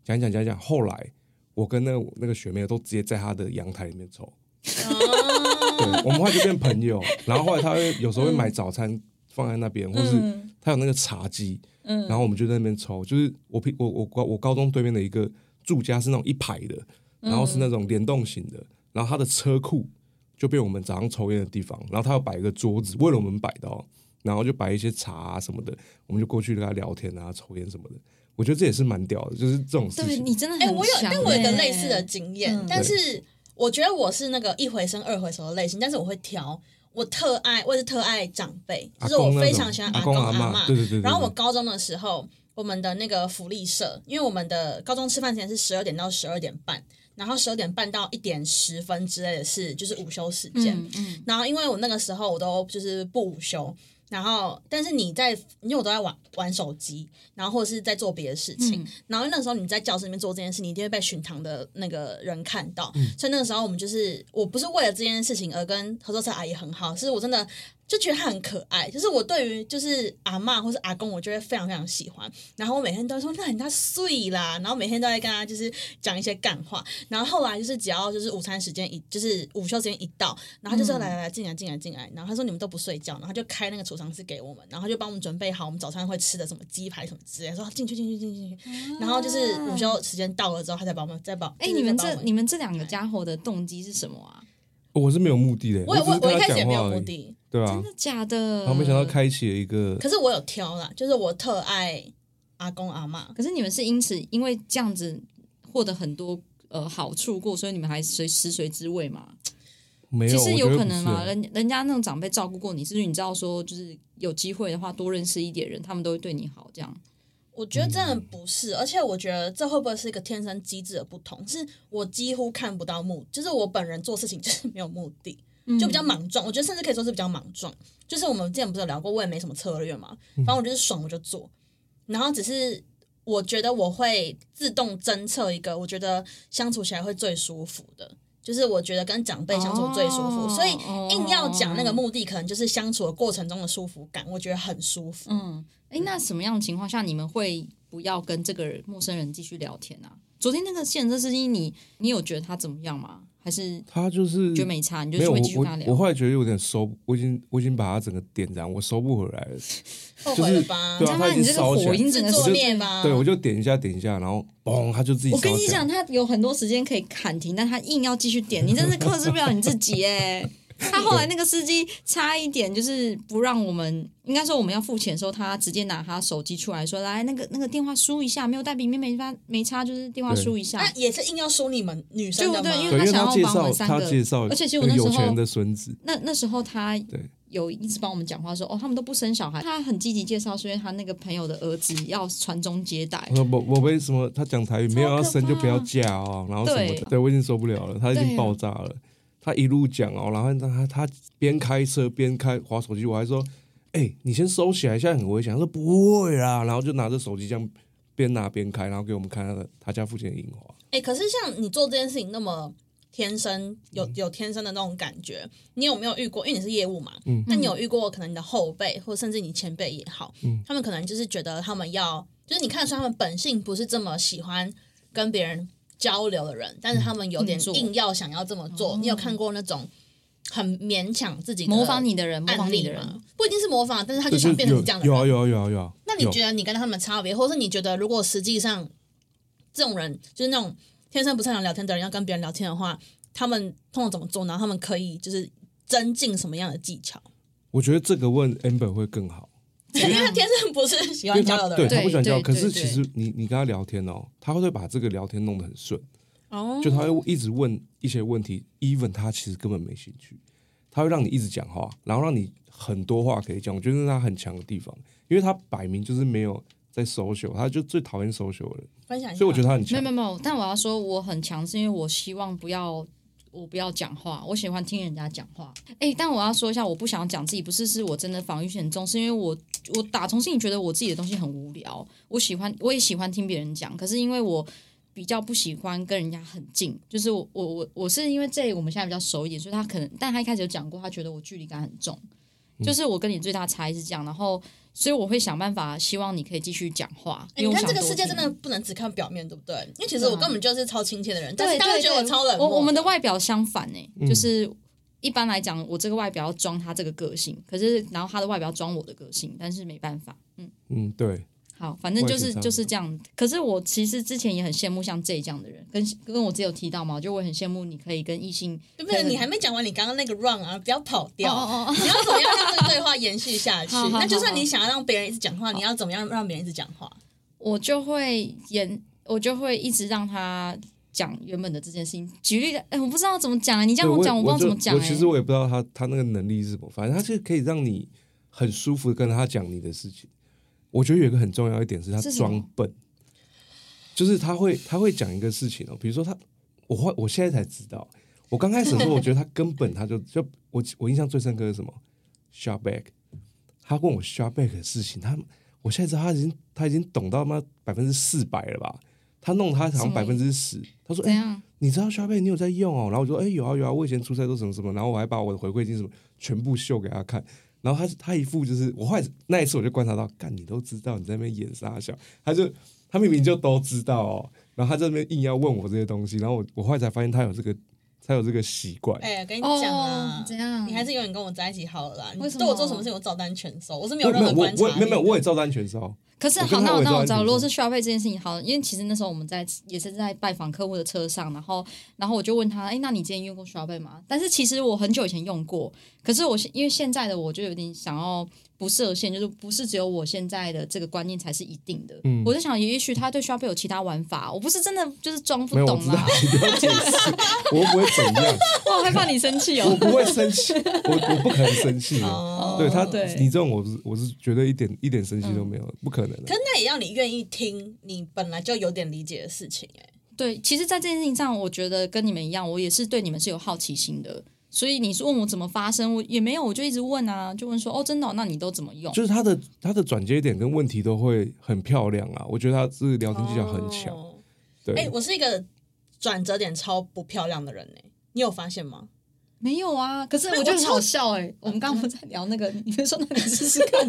Speaker 1: 讲一讲讲一讲，后来我跟那个那个学妹都直接在他的阳台里面抽。
Speaker 4: 哦
Speaker 1: 对，我们后来就变朋友，然后后来他会有时候会
Speaker 4: 嗯
Speaker 1: 买早餐放在那边，或是他有那个茶几，
Speaker 4: 嗯
Speaker 1: 然后我们就在那边抽。就是我平我我高我高中对面的一个住家是那种一排的，
Speaker 4: 嗯
Speaker 1: 然后是那种联动型的，然后他的车库就变我们早上抽烟的地方，然后他要摆一个桌子，为了我们摆到，然后就摆一些茶、啊、什么的，我们就过去跟他聊天啊，抽烟什么的。我觉得这也是蛮屌的，就是这种事
Speaker 3: 对
Speaker 1: 情。
Speaker 3: 你真的很
Speaker 4: 哎、我有，
Speaker 3: 强
Speaker 4: 但我有一个
Speaker 3: 欸
Speaker 4: 类似的经验，
Speaker 3: 嗯
Speaker 4: 但是我觉得我是那个一回生二回熟的类型，但是我会挑。我特爱，我也是特爱长辈，
Speaker 1: 阿
Speaker 4: 就是我
Speaker 1: 公那
Speaker 4: 非
Speaker 1: 种
Speaker 4: 常喜欢
Speaker 1: 阿
Speaker 4: 公
Speaker 1: 公
Speaker 4: 阿
Speaker 1: 阿嬷
Speaker 4: 嬷
Speaker 1: 对对对对对
Speaker 4: 然后我高中的时候，我们的那个福利社，因为我们的高中吃饭时间是十二点到十二点半，然后十二点半到一点十分之类的是就是午休时间。
Speaker 3: 嗯嗯，
Speaker 4: 然后因为我那个时候我都就是不午休，然后但是你在，因为我都在玩玩手机，然后或者是在做别的事情，
Speaker 3: 嗯
Speaker 4: 然后那时候你在教室里面做这件事，你一定会被巡堂的那个人看到，所以那个时候我们就是，我不是为了这件事情而跟合作社阿姨很好，是我真的。就觉得她很可爱，就是我对于就是阿嬷或是阿公，我就会非常非常喜欢。然后我每天都会说那人家碎啦，然后每天都在跟他就是讲一些干话。然后后来就是只要就是午餐时间一就是午休时间一到，然后他就说
Speaker 3: 嗯
Speaker 4: 来来来进来进来进来，然后他说你们都不睡觉，然后他就开那个储藏室给我们，然后就帮我们准备好我们早餐会吃的什么鸡排什么之类的，说进去进去进去进去。然后就是午休时间到了之后，他才把我们再把
Speaker 3: 哎、
Speaker 4: 就是
Speaker 3: 你们
Speaker 4: 再把
Speaker 3: 这
Speaker 4: 我
Speaker 3: 你们这两个家伙的动机是什么啊？
Speaker 1: 我是没有目的的，
Speaker 4: 我也
Speaker 1: 只
Speaker 4: 我
Speaker 1: 是
Speaker 4: 我
Speaker 1: 跟
Speaker 4: 一
Speaker 1: 他
Speaker 4: 开始也
Speaker 1: 讲
Speaker 4: 没有
Speaker 1: 话而
Speaker 4: 目
Speaker 1: 已，
Speaker 4: 的，
Speaker 1: 对啊
Speaker 3: 真。的假的？
Speaker 1: 然后没想到开启了一个
Speaker 4: 可是我有挑啦，就是我特爱阿公阿嬷。
Speaker 3: 可是你们是因此因为这样子获得很多呃好处过，所以你们还随食髓知味嘛？
Speaker 1: 没有，
Speaker 3: 其实
Speaker 1: 我
Speaker 3: 有
Speaker 1: 觉得
Speaker 3: 可
Speaker 1: 不
Speaker 3: 能啊
Speaker 1: 是
Speaker 3: 啦，
Speaker 1: 欸
Speaker 3: 人人家那种长辈照顾过你，是不是你知道说就是有机会的话多认识一点人，他们都会对你好这样。
Speaker 4: 我觉得真的不是，而且我觉得这会不会是一个天生机制的不同？是我几乎看不到目，就是我本人做事情就是 没有目的，就比
Speaker 3: 嗯
Speaker 4: 较莽撞。我觉得甚至可以说是比较莽撞。就是我们之前不是有聊过，我也没什么策略嘛，反正我就是爽我就做，然后只是。我觉得我会自动侦测一个，我觉得相处起来会最舒服的，就是我觉得跟长辈相处最舒服，
Speaker 3: 哦
Speaker 4: 所以硬要讲那个目的，可能就是相处的过程中的舒服感，我觉得很舒服。
Speaker 3: 嗯，哎，那什么样的情况下你们会不要跟这个陌生人继续聊天啊？昨天那个现车司机，你你有觉得他怎么样吗？还是
Speaker 1: 他就是
Speaker 3: 觉得没差，你就
Speaker 1: 没有
Speaker 3: 会
Speaker 1: 我
Speaker 3: 继续跟他
Speaker 1: 我我
Speaker 3: 聊？
Speaker 1: 后来觉得有点收不，我已经我已经把它整个点燃，我收不回来了。
Speaker 4: 后
Speaker 1: 就
Speaker 4: 悔
Speaker 1: 是
Speaker 4: 了吧？
Speaker 1: 对啊
Speaker 3: 他
Speaker 1: 他
Speaker 3: 妈，
Speaker 1: 已
Speaker 3: 你
Speaker 1: 经
Speaker 3: 这个
Speaker 1: 烧起来
Speaker 3: 火已经整个
Speaker 4: 自作
Speaker 3: 是
Speaker 4: 孽吧？
Speaker 1: 对，我就点一下点一下，然后嘣，他就自己
Speaker 3: 啊我跟
Speaker 1: 烧
Speaker 3: 你
Speaker 1: 起来
Speaker 3: 讲，。他有很多时间可以砍停，但他硬要继续点，你真是克制不了你自己哎、他后来那个司机差一点就是不让我们，应该说我们要付钱的时候，他直接拿他手机出来说：“来，那个那个电话输一下，没有带笔，没没发没差，就是电话输一下。
Speaker 4: 那也是硬要说你们女生的吗？
Speaker 3: 对对因
Speaker 1: 对，因为
Speaker 3: 他想
Speaker 1: 他介
Speaker 3: 要帮我
Speaker 1: 绍
Speaker 3: 们三个
Speaker 1: 他介绍，
Speaker 3: 而且其实我那时候
Speaker 1: 有钱的孙子，
Speaker 3: 那”那时候他
Speaker 1: 对
Speaker 3: 有一直帮我们讲话说：“哦，他们都不生小孩。”他很积极介绍，是因为他那个朋友的儿子要传宗接代
Speaker 1: 我。说我我为什么他讲台语没有要生就不要嫁哦，然后什么
Speaker 3: 对
Speaker 1: 的，对我已经受不了了，他已
Speaker 3: 对
Speaker 1: 经
Speaker 3: 啊
Speaker 1: 爆炸了。他一路讲哦，然后他他他边开车边开划手机，我还说，哎、你先收起来，现在很危险。他说不会啦，然后就拿着手机这样边拿边开，然后给我们看他的他家附近的樱花。
Speaker 4: 哎、可是像你做这件事情那么天生有
Speaker 1: 嗯
Speaker 4: 有天生的那种感觉，你有没有遇过？因为你是业务嘛，
Speaker 1: 嗯
Speaker 4: 那你有遇过可能你的后辈或甚至你前辈也好，
Speaker 1: 嗯
Speaker 4: 他们可能就是觉得他们要，就是你看得出他们本性不是这么喜欢跟别人交流的人，但是他们有点
Speaker 3: 硬做
Speaker 4: 硬要想要这么做。
Speaker 1: 嗯
Speaker 4: 你有看过那种很勉强自己的
Speaker 3: 模仿你的人，模
Speaker 4: 案
Speaker 3: 仿你
Speaker 4: 例
Speaker 3: 的人
Speaker 4: 吗，？不一定是模仿，啊但是他就
Speaker 1: 就是
Speaker 4: 想变成
Speaker 1: 有
Speaker 4: 这样的人。
Speaker 1: 有啊有啊有啊有啊。
Speaker 4: 那你
Speaker 1: 有
Speaker 4: 觉得你跟他们差别，或是你觉得如果实际上这种人就是那种天生不擅长聊天的人，要跟别人聊天的话，他们通常怎么做？然后他们可以就是增进什么样的技巧？
Speaker 1: 我觉得这个问 Amber 会更好，
Speaker 4: 因为他天生不是喜
Speaker 1: 因为
Speaker 4: 欢交
Speaker 1: 他
Speaker 4: 友的
Speaker 1: 对
Speaker 4: 人。
Speaker 1: 他不喜欢交友，
Speaker 3: 对对
Speaker 1: 可是
Speaker 3: 对
Speaker 1: 其实你你跟他聊天哦，他会把这个聊天弄得很顺，
Speaker 3: 嗯
Speaker 4: 哦
Speaker 1: 就他会一直问一些问题，even 他其实根本没兴趣，他会让你一直讲话，然后让你很多话可以讲。我觉得这是他很强的地方，因为他摆明就是没有在 social，他就最讨厌 social 的人，
Speaker 4: 分享一下，
Speaker 1: 所以我觉得他很
Speaker 3: 没
Speaker 1: 强
Speaker 3: 有哎没。有没有，但我要说我很强，是因为我希望不要我不要讲话，我喜欢听人家讲话。哎、但我要说一下，我不想讲自己，不是是我真的防御性很重，是因为我我打从心里觉得我自己的东西很无聊，我喜欢我也喜欢听别人讲，可是因为我。比较不喜欢跟人家很近，就是我我我我是因为这我们现在比较熟一点，所以他可能，但他一开始有讲过，他觉得我距离感很重，就是我跟你最大差异是这样，然后所以我会想办法，希望你可以继续讲话，
Speaker 4: 哎你
Speaker 3: 因为我
Speaker 4: 看
Speaker 3: 想
Speaker 4: 这个
Speaker 3: 多
Speaker 4: 世界
Speaker 3: 听
Speaker 4: 真的不能只看表面，对不对？因为其实我根本就是超亲切的人，但
Speaker 3: 对
Speaker 4: 是大家
Speaker 3: 对
Speaker 4: 觉得我
Speaker 3: 对
Speaker 4: 超冷漠。
Speaker 3: 我我们的外表相反呢、
Speaker 1: 嗯
Speaker 3: 就是一般来讲，我这个外表要装他这个个性，可是然后他的外表装我的个性，但是没办法，嗯，
Speaker 1: 嗯，对，
Speaker 3: 好，反正就是
Speaker 1: 外形上
Speaker 3: 就是这样。可是我其实之前也很羡慕像这这样的人，跟跟我之前有提到嘛，就我很羡慕你可以跟异性，
Speaker 4: 对不对？你还没讲完你刚刚那个 run 啊，不要跑掉。
Speaker 3: 哦哦，
Speaker 4: 你要怎么样让这个对话延续下去
Speaker 3: 好好？好
Speaker 4: 那就算你想要让别人一直讲话，你要怎么样让别人一直讲话？
Speaker 3: 我就会演，我就会一直让他。讲原本的这件事情，举例，哎、我不知道怎么讲、你这
Speaker 1: 对
Speaker 3: 样
Speaker 1: 我
Speaker 3: 讲，不知道怎么讲、
Speaker 1: 我
Speaker 3: 哎，
Speaker 1: 就我其实我也不知道他他那个能力是什么，反正他是可以让你很舒服的跟他讲你的事情。我觉得有一个很重要一点是他
Speaker 3: 是什么
Speaker 1: 装笨，就是他会他会讲一个事情哦，比如说他，我会我现在才知道，我刚开始的时候我觉得他根本他就就我我印象最深刻是什么 s h o p back，他问我 s h o p back 的事情，他我现在知道他已经他已经懂到妈百分之四百了吧，他弄他好
Speaker 3: 什
Speaker 1: 像
Speaker 3: 么
Speaker 1: 百分之十，他说哎
Speaker 3: 怎。样？
Speaker 1: 你知道消费你有在用哦？然后我就说，哎、有啊有啊，我以前出差都什么什么，然后我还把我的回馈金什么全部秀给他看。然后他他一副就是我后来那一次我就观察到，干你都知道你在那边演傻笑，他就他明明就都知道哦，然后他这边硬要问我这些东西，然后我我后来才发现他有这个 他有这个习惯，
Speaker 4: 哎，跟你讲
Speaker 3: 哦
Speaker 4: 啊，，
Speaker 3: 怎样？
Speaker 4: 你还是永远跟我在一起好了啦。你
Speaker 3: 为什么
Speaker 4: 对我做什么事情我照单全收，我是没
Speaker 1: 我
Speaker 4: 有
Speaker 1: 没
Speaker 4: 任
Speaker 1: 有
Speaker 4: 何
Speaker 1: 我
Speaker 4: 观察
Speaker 1: 我
Speaker 4: 力
Speaker 1: 没
Speaker 4: 的。
Speaker 1: 有没有我也照单全收，
Speaker 3: 可是
Speaker 1: 我跟
Speaker 3: 好，
Speaker 1: 他
Speaker 3: 那
Speaker 1: 我也
Speaker 3: 那
Speaker 1: 照
Speaker 3: 我
Speaker 1: 单
Speaker 3: 知道，
Speaker 1: 全
Speaker 3: 如果
Speaker 1: 收
Speaker 3: 是消费这件事情，好，因为其实那时候我们在也是在拜访客户的车上，然后然后我就问他，哎，那你之前用过消费吗？但是其实我很久以前用过，可是我现因为现在的我就有点想要不设限，就是不是只有我现在的这个观念才是一定的。
Speaker 1: 嗯
Speaker 3: 我在想，也许他对消费有其他玩法，我不是真的就是装不
Speaker 1: 没有我
Speaker 3: 懂
Speaker 1: 知道
Speaker 3: 啦，
Speaker 1: 你不要解释，我又不会怎样，
Speaker 3: 我好害怕你生气
Speaker 1: 我
Speaker 3: 哦。
Speaker 1: 不会生气，我我不可能生气的。
Speaker 4: 哦
Speaker 1: 对他，
Speaker 3: 对
Speaker 1: 你这种我是我是绝对一点一点生气都没有，不可能的
Speaker 4: 可。是那也要你愿意听你本来就有点理解的事情，哎，
Speaker 3: 对，其实，在这件事情上，我觉得跟你们一样，我也是对你们是有好奇心的。所以你是问我怎么发生，我也没有，我就一直问啊，就问说哦，真的哦、那你都怎么用？
Speaker 1: 就是他的他的转接点跟问题都会很漂亮啊，我觉得他是聊天技巧很强。
Speaker 4: 哦
Speaker 1: 对，
Speaker 4: 哎，我是一个转折点超不漂亮的人呢，你有发现吗？
Speaker 3: 没有啊，可是
Speaker 4: 那
Speaker 3: 我觉
Speaker 4: 我
Speaker 3: 得很
Speaker 4: 超
Speaker 3: 好笑哎、我们刚刚不是在聊那个，你们说那你试试看，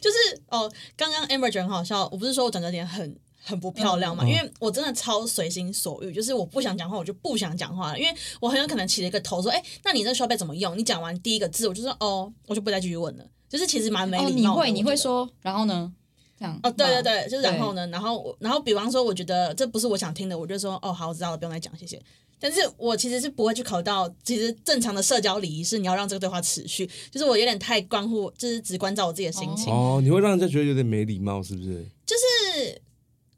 Speaker 4: 就是哦，刚刚 Amber 觉得很好笑，我不是说我转折点很很不漂亮嘛，
Speaker 1: 嗯
Speaker 4: 因为我真的超随心所欲，就是我不想讲话，我就不想讲话了，因为我很有可能起了一个头说，哎、那你这需要被怎么用？你讲完第一个字，我就说哦，我就不再继续问了，就是其实蛮没
Speaker 3: 哦，
Speaker 4: 礼
Speaker 3: 你
Speaker 4: 貌的、
Speaker 3: 会你
Speaker 4: 我觉
Speaker 3: 会
Speaker 4: 得。
Speaker 3: 说，然后呢？这样
Speaker 4: 哦，对对
Speaker 3: 吧，
Speaker 4: 对，就是然后呢，然后我，然后比方说，我觉得这不是我想听的，我就说哦，好，我知道了，不用再讲，谢谢。但是我其实是不会去考虑到，其实正常的社交礼仪是你要让这个对话持续，就是我有点太关乎，就是只关照我自己的心情。
Speaker 1: 哦，你会让人家觉得有点没礼貌，是不是？
Speaker 4: 就是，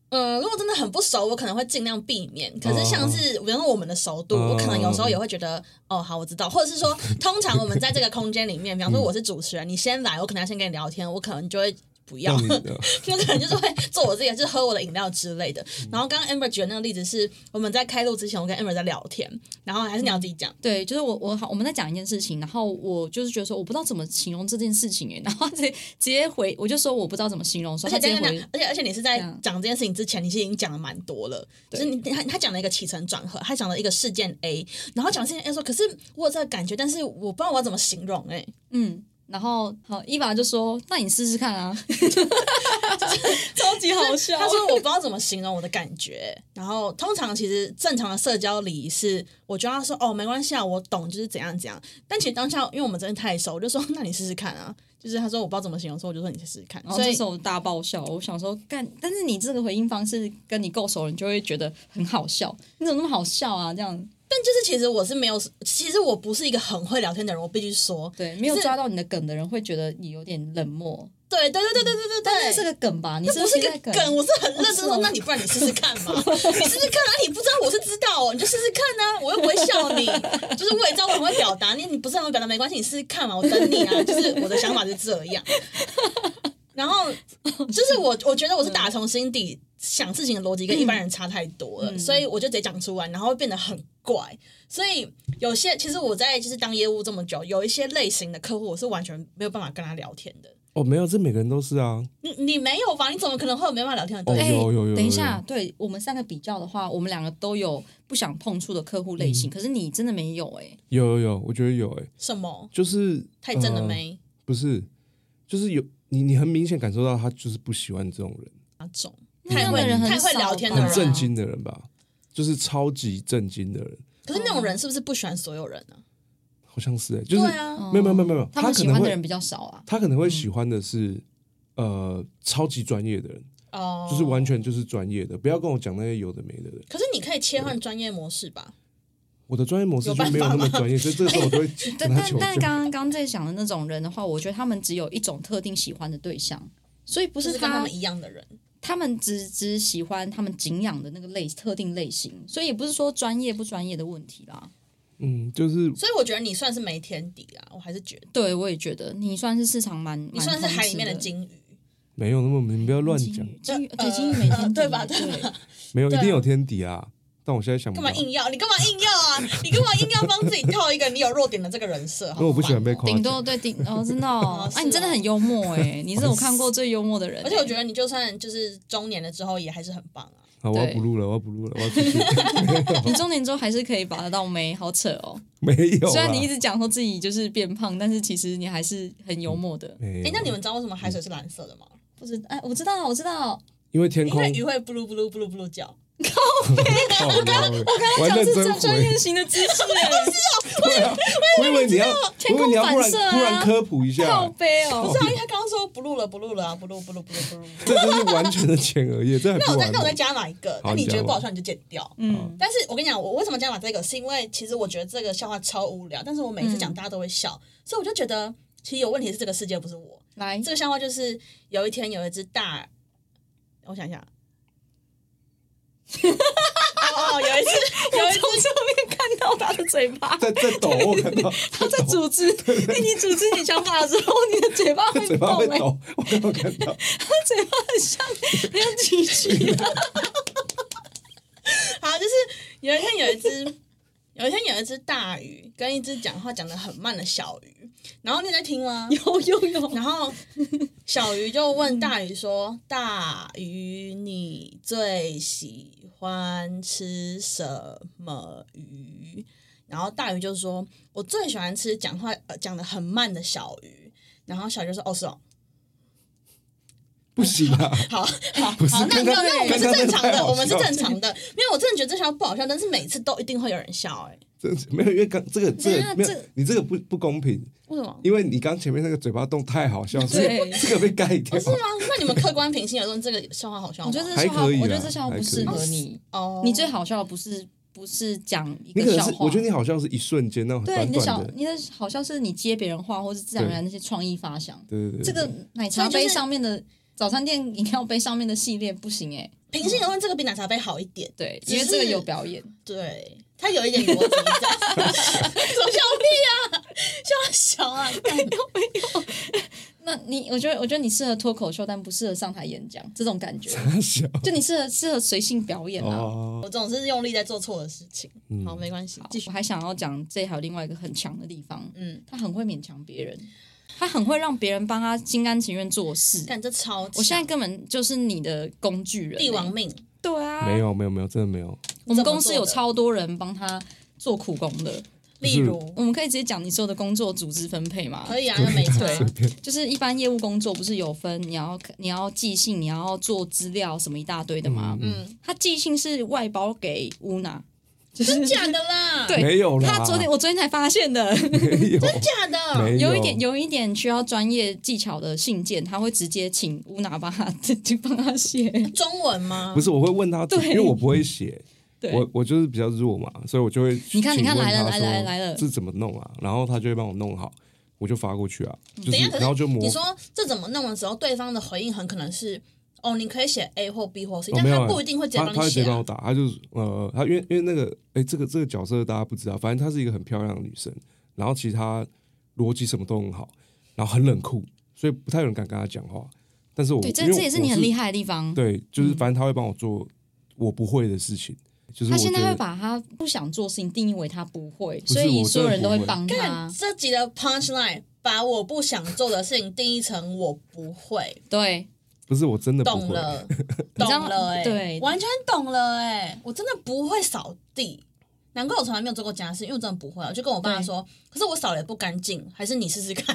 Speaker 4: 嗯，如果真的很不熟，我可能会尽量避免。可是像是，比如说我们的熟度，
Speaker 1: 哦
Speaker 4: 我可能有时候也会觉得，哦，好，我知道。或者 是说，通常我们在这个空间里面，
Speaker 1: 嗯
Speaker 4: 比方说我是主持人，你先来，我可能要先跟你聊天，我可能就会不要
Speaker 1: 让。你的
Speaker 4: 我可能就是会做我自己的，就是喝我的饮料之类的。
Speaker 1: 嗯
Speaker 4: 然后刚刚 Amber 举的那个例子是，我们在开录之前，我跟 Amber 在聊天，然后还是你要自己讲。
Speaker 3: 对，就是我我好，我们在讲一件事情，然后我就是觉得说我不知道怎么形容这件事情 哎，然后他直接直接回，我就说我不知道怎么形容，
Speaker 4: 而
Speaker 3: 所以
Speaker 4: 且
Speaker 3: 他直
Speaker 4: 等
Speaker 3: 接
Speaker 4: 等
Speaker 3: 回
Speaker 4: 等，而且而且你是在
Speaker 3: 这样
Speaker 4: 讲这件事情之前，你是已经讲了蛮多了，就是你他他讲了一个起承转合，他讲了一个事件 A，然后讲事件 A 说，可是我有这个感觉，但是我不知道我要怎么形容哎、欸
Speaker 3: 嗯，然后好，伊娃就说那你试试看啊， 超级好笑
Speaker 4: 他说我不知道怎么形容我的感觉，然后通常其实正常的社交礼仪是，我就要说哦没关系啊，我懂就是怎样怎样，但其实当下因为我们真的太熟，我就说那你试试看啊，就是他说我不知道怎么形容，所以我就说你试试看，
Speaker 3: 然后
Speaker 4: 所
Speaker 3: 这
Speaker 4: 以
Speaker 3: 时候我大爆笑，我想说干，但是你这个回应方式跟你够熟人就会觉得很好笑，你怎么那么好笑啊？这样
Speaker 4: 但就是其实我是没有，其实我不是一个很会聊天的人，我必须说，
Speaker 3: 对，没有抓到你的梗的人会觉得你有点冷漠，
Speaker 4: 对对对对对对对，
Speaker 3: 但是这个梗吧，你
Speaker 4: 这
Speaker 3: 是
Speaker 4: 不是
Speaker 3: 一
Speaker 4: 一个
Speaker 3: 梗，
Speaker 4: 梗，我是很认真
Speaker 3: 哦是
Speaker 4: 说
Speaker 3: 哦，
Speaker 4: 那你不然你试试看 嘛，你试试看啊，你不知道我是知道哦，你就试试看啊，我又不会笑你，就是我也知道我很会表达，你你不是很会表达没关系，你试试看嘛，我等你啊，就是我的想法是这样。然后就是我，我觉得我是打从心底想事情的逻辑跟一般人差太多了，
Speaker 3: 嗯
Speaker 4: 所以我就直接讲出来，然后会变得很怪。所以有些其实我在就是当业务这么久，有一些类型的客户我是完全没有办法跟他聊天的。
Speaker 1: 哦，没有，这每个人都是啊。
Speaker 4: 你你没有吧？你怎么可能会有没办法聊天的对象
Speaker 1: 哦
Speaker 3: 哎，
Speaker 1: 有有有
Speaker 3: 等一
Speaker 1: 有
Speaker 3: 下，对我们三个比较的话，我们两个都有不想碰触的客户类
Speaker 1: 嗯
Speaker 3: 型，可是你真的没有哎，
Speaker 1: 有有有，我觉得有诶、哎
Speaker 4: 什么？
Speaker 1: 就是
Speaker 4: 太真了
Speaker 1: 呃
Speaker 4: 没？
Speaker 1: 不是，就是有你你很明显感受到他就是不喜欢这种人，
Speaker 4: 哪种？
Speaker 3: 那
Speaker 4: 太
Speaker 3: 样
Speaker 4: 会
Speaker 3: 的人很
Speaker 4: 太会
Speaker 3: 少
Speaker 4: 聊天的
Speaker 3: 吧
Speaker 1: 很
Speaker 4: 人啊
Speaker 1: 震惊的人吧，就是超级震惊的人，
Speaker 4: 可是那
Speaker 3: 哦
Speaker 4: 种人是不是不喜欢所有人呢、
Speaker 1: 好像是诶、哎就是
Speaker 4: 对啊，
Speaker 3: 哦
Speaker 4: 嗯
Speaker 1: 没有没有没有没有
Speaker 3: 嗯他
Speaker 1: 他
Speaker 3: 们
Speaker 1: 可
Speaker 3: 喜
Speaker 1: 能
Speaker 3: 欢
Speaker 1: 会
Speaker 3: 的人比较少啊。
Speaker 1: 他可能会喜欢的是、呃超级专业的人，
Speaker 4: 哦，
Speaker 1: 就是完。全就是专业的，不要跟我讲那些有的没的人。
Speaker 4: 可是你可以切换专业模式吧？
Speaker 1: 我的专业模式
Speaker 4: 有
Speaker 1: 就
Speaker 4: 办
Speaker 1: 没有
Speaker 4: 法
Speaker 1: 那么
Speaker 4: 吗
Speaker 1: 专业，所以这个时候我都会跟
Speaker 3: 但
Speaker 1: 他
Speaker 3: 但
Speaker 1: 求
Speaker 3: 但
Speaker 1: 救。
Speaker 3: 刚刚刚在讲的那种人的话，我觉得他们只有一种特定喜欢的对象，所以不
Speaker 4: 不
Speaker 3: 是
Speaker 4: 是跟他
Speaker 3: 他
Speaker 4: 们一样的人，
Speaker 3: 他们只只喜欢他们敬仰的那个类特定类型，所以也不是说专业不专业的问题啦。
Speaker 1: 嗯，就是
Speaker 4: 所以我觉得你算是没天敌啊，我还是觉得
Speaker 3: 对，我也觉得你算是市场蛮，
Speaker 4: 你算是
Speaker 3: 蛮通
Speaker 4: 海
Speaker 3: 吃
Speaker 4: 里面的
Speaker 3: 的
Speaker 4: 金鱼。
Speaker 1: 嗯没有那么，你不要乱
Speaker 3: 金
Speaker 1: 讲，哦
Speaker 3: 鱼，金鱼
Speaker 4: 呃
Speaker 3: 对金鱼每
Speaker 4: 呃
Speaker 3: 天
Speaker 4: 对吧
Speaker 3: 对
Speaker 4: 对
Speaker 1: 没有一
Speaker 4: 对啊
Speaker 1: 定有天敌啊。但我现在想不
Speaker 4: 干
Speaker 1: 到
Speaker 4: 嘛，硬要？你干嘛硬要啊？你干嘛硬要帮 自己套一个你有弱点的这个人设？
Speaker 1: 因为我不喜欢被
Speaker 4: 控。
Speaker 1: 夸
Speaker 3: 顶
Speaker 1: 奖。
Speaker 3: 多对顶哦，真的哦
Speaker 4: 哦，是
Speaker 3: 啊，你真的很幽默 哎，你是我看过最幽默的人欸，
Speaker 4: 而且我觉得你就算就是中年了之后，也还是很棒啊。
Speaker 1: 好，我要
Speaker 3: 对
Speaker 1: 不录了，我要不录了，我要出去。
Speaker 3: 你中年之后还是可以拔得到眉，好扯哦。
Speaker 1: 没有啦，啊
Speaker 3: 虽然你一直讲说自己就是变胖，但是其实你还是很幽默的。
Speaker 1: 没
Speaker 4: 哎、
Speaker 1: 有，
Speaker 4: 那你们知道为什么海水是蓝色的吗？
Speaker 3: 不知哎，我知道，我知道，
Speaker 1: 因为天
Speaker 4: 因
Speaker 1: 空哦
Speaker 4: 为鱼会布噜布噜布噜布噜叫。
Speaker 1: 靠腰欸我还
Speaker 3: 讲
Speaker 1: 认
Speaker 3: 是
Speaker 1: 真
Speaker 3: 这专业
Speaker 1: 回，
Speaker 3: 型的知识 哎，
Speaker 1: 对啊，我以为你要，我
Speaker 3: 天
Speaker 1: 以为
Speaker 3: 空
Speaker 1: 你要忽然
Speaker 3: 反射啊
Speaker 1: 忽然科普一
Speaker 3: 靠
Speaker 1: 下，
Speaker 3: 背
Speaker 4: 不
Speaker 3: 哦
Speaker 4: 是。啊，因为他刚刚说不录了，不录了啊，不录不录不录不录。不录
Speaker 1: 这就是完全的前额叶，这还
Speaker 4: 那
Speaker 1: 不
Speaker 4: 我再
Speaker 1: 完
Speaker 4: 那我再
Speaker 1: 美。
Speaker 4: 加哪一个？
Speaker 1: 好
Speaker 4: 那你
Speaker 1: 你加
Speaker 4: 觉得不
Speaker 1: 吧
Speaker 4: 好笑你就剪掉。
Speaker 3: 嗯，
Speaker 4: 但是我跟你讲，我为什么讲把这个，是因为其实我觉得这个笑话超无聊，但是我每次讲
Speaker 3: 嗯
Speaker 4: 大家都会笑，所以我就觉得其实有问题是这个世界不是我。
Speaker 3: 来
Speaker 4: 这，个笑话就是有一天有一只大，我想一下，哦哦，有一 只有
Speaker 3: 我
Speaker 4: 一只
Speaker 3: 从侧面看到他的嘴巴，
Speaker 1: 在在抖，我看到
Speaker 3: 他在 组织，因为你组织你想法的时候，你的嘴巴会
Speaker 1: 嘴巴会
Speaker 3: 动哎，
Speaker 1: 抖，我刚刚看到，
Speaker 3: 他嘴巴很像很像机器。啊
Speaker 4: 好，就是有一天有一只，有一天有一只大鱼跟一只讲话讲的很慢的小鱼，然后你有在听吗？
Speaker 3: 有有有，
Speaker 4: 然后小鱼就问大鱼说：“大鱼，你最喜欢吃什么鱼？”然后大鱼就说：“我最喜欢吃讲话呃讲的很慢的小鱼。”然后小鱼就说：“哦，是哦，
Speaker 1: 不行啊，
Speaker 4: 好好
Speaker 1: 不是
Speaker 4: 好，那
Speaker 1: 刚
Speaker 4: 那
Speaker 1: 刚
Speaker 4: 那我们是
Speaker 1: 刚刚
Speaker 4: 正常
Speaker 1: 太
Speaker 4: 的，
Speaker 1: 好
Speaker 4: 我们是
Speaker 1: 笑了
Speaker 4: 正常的，因为我真的觉得这条不好笑，但是每次都一定会有人笑、哎，
Speaker 1: 真是没有，因为刚这个这
Speaker 3: 等一下
Speaker 1: 个没有
Speaker 3: 这，
Speaker 1: 你这个不不公平，
Speaker 4: 为什么？”
Speaker 1: 因为你刚前面那个嘴巴动太好笑，所以
Speaker 3: 对
Speaker 1: 这个被盖掉
Speaker 4: 哦，。是吗？那你们客观评析有论这个笑话好笑吗？
Speaker 3: 我觉得这
Speaker 1: 还
Speaker 3: 笑话，
Speaker 1: 可以啦
Speaker 3: 我觉得这笑话不适
Speaker 1: 还可
Speaker 3: 合
Speaker 1: 以
Speaker 3: 你。
Speaker 4: 哦，
Speaker 3: 你最好笑的不是不是讲一
Speaker 1: 你
Speaker 3: 个
Speaker 1: 可能
Speaker 3: 笑
Speaker 1: 是
Speaker 3: 话，，
Speaker 1: 我觉得你好像是一瞬间那种
Speaker 3: 对
Speaker 1: 短
Speaker 3: 你的
Speaker 1: 短
Speaker 3: 小
Speaker 1: 的，
Speaker 3: 你的好像是你接别人话，或是自然而然那些创意发想。
Speaker 1: 对 对对，
Speaker 3: 这个奶茶
Speaker 4: 所以
Speaker 3: 杯
Speaker 4: 就是
Speaker 3: 上面的早餐店饮料杯上面的系列不行哎、
Speaker 4: 平心而论，这个比奶茶杯好一点。
Speaker 3: 对，
Speaker 4: 只
Speaker 3: 因为这个
Speaker 4: 是
Speaker 3: 有表演，
Speaker 4: 对，他有一点逻辑在。 什么笑屁啊？笑小啊！ 干
Speaker 3: 那你我觉得我觉得你适合脱口秀，但不适合上台演讲这 种感觉，
Speaker 1: 大小
Speaker 3: 就你适合适合随性表演啊。
Speaker 1: 哦，
Speaker 4: 我总是用力在做错的事情。
Speaker 1: 嗯
Speaker 4: 好，没关系
Speaker 3: 好，
Speaker 4: 继续
Speaker 3: 我。还想要讲这还有另外一个很强的地方，
Speaker 4: 嗯，
Speaker 3: 他很会勉强别人，他很会让别人帮他心甘情愿做事。
Speaker 4: 干这超强，
Speaker 3: 我现在根本就是你的工具人、
Speaker 4: 帝王命，
Speaker 3: 对啊，
Speaker 1: 没有没有没有，真的没有，
Speaker 3: 我
Speaker 4: 怎
Speaker 3: 们
Speaker 4: 么
Speaker 3: 公司
Speaker 4: 做
Speaker 3: 有
Speaker 4: 的
Speaker 3: 超多人帮他做苦工的。
Speaker 4: 例如
Speaker 3: 我们可以直接讲你说的工作组织分配吗？
Speaker 4: 可以啊，又 没差。
Speaker 1: 随便
Speaker 3: 就是一般业务工作不是有分你要你要寄信，你要做资料什么一大堆的吗？
Speaker 4: 嗯，
Speaker 3: 他寄信是外包给乌娜，
Speaker 4: 真假的啦，
Speaker 3: 对
Speaker 1: 没有啦，
Speaker 3: 他昨天我昨天才发现的，
Speaker 1: 没有，
Speaker 4: 假的。
Speaker 1: 没
Speaker 3: 有一点有一点需要专业技巧的信件，他会直接请乌娜帮他 就帮他写。
Speaker 4: 中文吗？
Speaker 1: 不是，我会问他，
Speaker 3: 对
Speaker 1: 因为我不会写，
Speaker 3: 对，
Speaker 1: 我我就是比较弱嘛，所以我就会
Speaker 3: 你看
Speaker 1: 请
Speaker 3: 你看
Speaker 1: 问
Speaker 3: 来
Speaker 1: 他
Speaker 3: 了来了
Speaker 1: 说
Speaker 3: 来了
Speaker 1: 是怎么弄啊？然后他就会帮我弄好，我就发过去啊，就
Speaker 3: 嗯
Speaker 4: 等一
Speaker 1: 是
Speaker 4: 下，可
Speaker 1: 然后就是模
Speaker 4: 你
Speaker 1: 仿
Speaker 4: 说这怎么弄的时候，对方的回应很可能是哦，你可以写 A 或 B 或 C，、
Speaker 1: 哦
Speaker 4: 但
Speaker 1: 没有
Speaker 4: 他
Speaker 1: 欸
Speaker 4: 不一定会直接
Speaker 1: 他
Speaker 4: 帮
Speaker 1: 他会
Speaker 4: 你
Speaker 1: 直
Speaker 4: 写
Speaker 1: 接帮
Speaker 4: 啊、
Speaker 1: 我打，他就是呃，他因为因为那个哎、这个这个角色大家不知道，反正她是一个很漂亮的女生，然后其实她逻辑什么都很好，然后很冷酷，所以不太有人敢跟她讲话。但是我
Speaker 3: 对，这
Speaker 1: 因为
Speaker 3: 这也是
Speaker 1: 我
Speaker 3: 你很厉害的地方。
Speaker 1: 对，就是
Speaker 3: 嗯
Speaker 1: 反正她会帮我做我不会的事情，就是
Speaker 3: 他
Speaker 1: 我
Speaker 3: 现在
Speaker 1: 觉
Speaker 3: 会
Speaker 1: 得
Speaker 3: 把他不想做的事情定义为他不会，
Speaker 1: 是
Speaker 3: 所以
Speaker 1: 我
Speaker 3: 所有人都会
Speaker 1: 真的不
Speaker 3: 帮他
Speaker 4: 干。这集的 punch line 把我不想做的事情定义成我不会，
Speaker 3: 对，
Speaker 1: 不是我真的不
Speaker 4: 懂
Speaker 1: 会，
Speaker 4: 了，
Speaker 3: 你
Speaker 4: 懂
Speaker 3: 知道
Speaker 4: 了、哎，
Speaker 3: 对
Speaker 4: 完全懂了、哎，我真的不会扫地。难怪我从来没有做过家事，因为我真的不会啊。我就跟我爸
Speaker 3: 对
Speaker 4: 说，可是我扫的也不干净，还是你试 试看。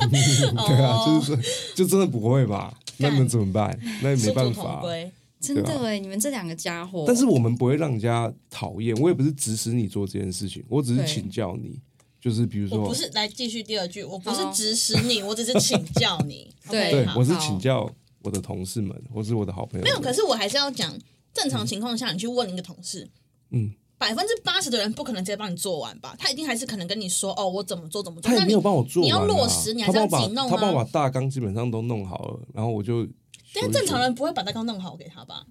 Speaker 1: 对啊，
Speaker 4: 哦
Speaker 1: 就是说就真的不会嘛，那你们怎么办？那也没
Speaker 4: 殊途
Speaker 1: 办
Speaker 4: 同
Speaker 1: 法。啊
Speaker 4: 归
Speaker 3: 真的哎，你们这两个家伙。
Speaker 1: 但是我们不会让人家讨厌，我也不是指使你做这件事情，我只是
Speaker 3: 对
Speaker 1: 请教你，就是比如说
Speaker 4: 我不是来继续第二句，我不是
Speaker 3: 好
Speaker 4: 指使你，我只是请教 你。
Speaker 3: 哦对
Speaker 4: OK，
Speaker 1: 对
Speaker 4: 好，
Speaker 1: 我是
Speaker 3: 好
Speaker 1: 请教我的同事们，或是我的好朋友们。
Speaker 4: 没有，可是我还是要讲，正常情况下，你去问一个同事，
Speaker 1: 嗯，
Speaker 4: 百分之八十的人不可能直接帮你做完吧？他一定还是可能跟你说，哦，我怎么做怎么做。
Speaker 1: 他
Speaker 4: 那
Speaker 1: 也
Speaker 4: 你
Speaker 1: 没有帮我做完、啊，
Speaker 4: 你要落实你还
Speaker 1: 他
Speaker 4: 是
Speaker 1: 帮我把
Speaker 4: 要自己弄啊
Speaker 1: 他帮我把大纲基本上都弄好了，然后我就。
Speaker 4: 但是正常人不会把大纲弄好给他吧？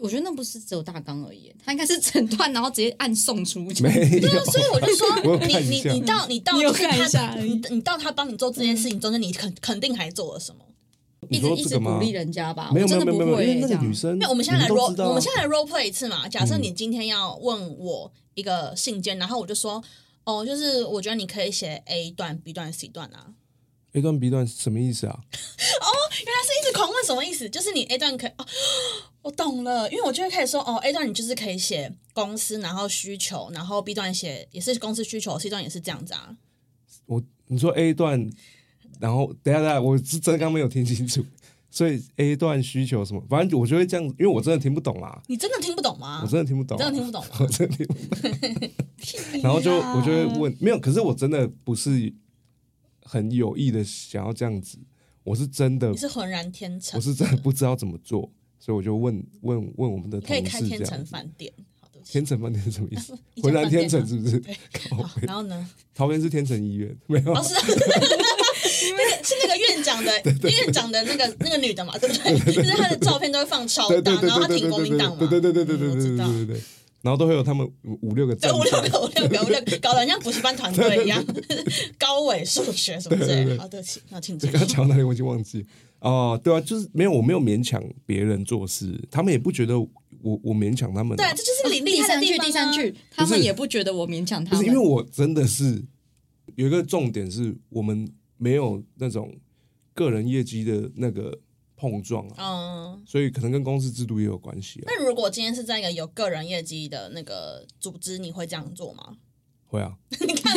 Speaker 3: 我觉得那不是只有大纲而已，他应该是整段，然后直接按送出去。
Speaker 1: 没有，
Speaker 4: 啊所以我就
Speaker 1: 我
Speaker 4: 说
Speaker 1: 有，看
Speaker 4: 你
Speaker 1: 一
Speaker 4: 你
Speaker 1: 下
Speaker 4: 你到你到
Speaker 3: 你有
Speaker 4: 就是
Speaker 3: 看一下
Speaker 4: 他，
Speaker 3: 而已
Speaker 4: 你你到他帮你做这件事情中间，你肯肯定还做了什么？
Speaker 1: 你
Speaker 3: 一直
Speaker 1: 说
Speaker 3: 一
Speaker 1: 这
Speaker 3: 直
Speaker 1: 个吗
Speaker 3: 鼓？励人家吧，
Speaker 1: 没有
Speaker 3: 我
Speaker 1: 没
Speaker 3: 真
Speaker 1: 有
Speaker 3: 的
Speaker 1: 没
Speaker 3: 不
Speaker 1: 有没有，
Speaker 3: 会
Speaker 1: 因为
Speaker 3: 欸
Speaker 1: 那
Speaker 3: 这
Speaker 1: 个
Speaker 3: 样
Speaker 1: 女生，
Speaker 4: 那我们现在来
Speaker 1: 你都
Speaker 4: roll，
Speaker 1: 知道啊嗯
Speaker 4: 我们现在来 role play 一次嘛？假设你今天要问我一个信件，然后我就说，哦，就是我觉得你可以写 A 段、B 段、C 段啊。
Speaker 1: A 段 B 段什么意思啊？
Speaker 4: 原来是一直狂问什么意思？就是你 A 段可以哦， 我懂了，因为我就会开始说哦，A 段你就是可以写公司，然后需求，然后 B 段写也是公司需求，C 段也是这样子啊。
Speaker 1: 我你说 A 段，然后等一下等一下，我是真的刚没有听清楚， 所以 A 段需求什么，反正我就会这样，因为我真的听不懂啦，
Speaker 4: 你真的听不懂吗？
Speaker 1: 我真的听不懂
Speaker 4: 你
Speaker 1: 啊，
Speaker 4: 真的听不懂吗？
Speaker 1: 我真的听不 懂。然后就我就会问，没有，可是我真的不是很有意的想要这样子，我是真的
Speaker 4: 你，是浑然天成
Speaker 1: 我，是真的不知道怎么做，所以我就问问问我们的
Speaker 4: 你可
Speaker 1: 同
Speaker 4: 以开
Speaker 1: 事
Speaker 4: 天
Speaker 1: 这
Speaker 4: 成
Speaker 1: 样。
Speaker 4: 饭店。好，对不起。
Speaker 1: 天成饭店是什么意思
Speaker 4: 一？家
Speaker 1: 浑然
Speaker 4: 饭店
Speaker 1: 天成
Speaker 4: 啊
Speaker 1: 是不是？
Speaker 4: 对
Speaker 1: 靠
Speaker 4: 好，然后呢？
Speaker 1: 桃园是天成医院，没有啊
Speaker 4: 哦，是啊，是那个院长的院长的那个那个女的嘛，对不对？就是她的照片都会放超
Speaker 1: 对
Speaker 4: 大
Speaker 1: 对，对
Speaker 4: 然后她
Speaker 1: 对
Speaker 4: 挺
Speaker 1: 对
Speaker 4: 国民党嘛，
Speaker 1: 对对对对对对
Speaker 4: 嗯我
Speaker 1: 对
Speaker 4: 知
Speaker 1: 对
Speaker 4: 道
Speaker 1: 对对对，然后都会有他们五五六个
Speaker 4: 对，
Speaker 1: 站
Speaker 4: 五六
Speaker 1: 长，
Speaker 4: 个，五六个，五六个，搞得很像补习班团队一样，高伟数学什么之类的。好，对不起，那请继
Speaker 1: 对
Speaker 4: 续
Speaker 1: 刚刚。讲到哪里我已经忘记哦，对啊，就是没有，我没有勉强别人做事，他们也不觉得我我勉强他们啊、
Speaker 4: 对，这就是你厉
Speaker 3: 第
Speaker 4: 害
Speaker 3: 三
Speaker 4: 的地
Speaker 3: 句，
Speaker 4: 方啊
Speaker 3: 第三，句，他
Speaker 1: 不
Speaker 3: 们
Speaker 1: 是
Speaker 3: 也不觉得我勉强
Speaker 1: 不
Speaker 3: 他
Speaker 1: 是
Speaker 3: 们，
Speaker 1: 因为我真的是有一个重点是我们没有那种个人业绩的那个碰撞啊，
Speaker 4: 嗯。
Speaker 1: 所以可能跟公司制度也有关系啊，
Speaker 4: 那如果今天是在一个有个人业绩的那个组织，你会这样做吗？
Speaker 1: 会啊，
Speaker 4: 还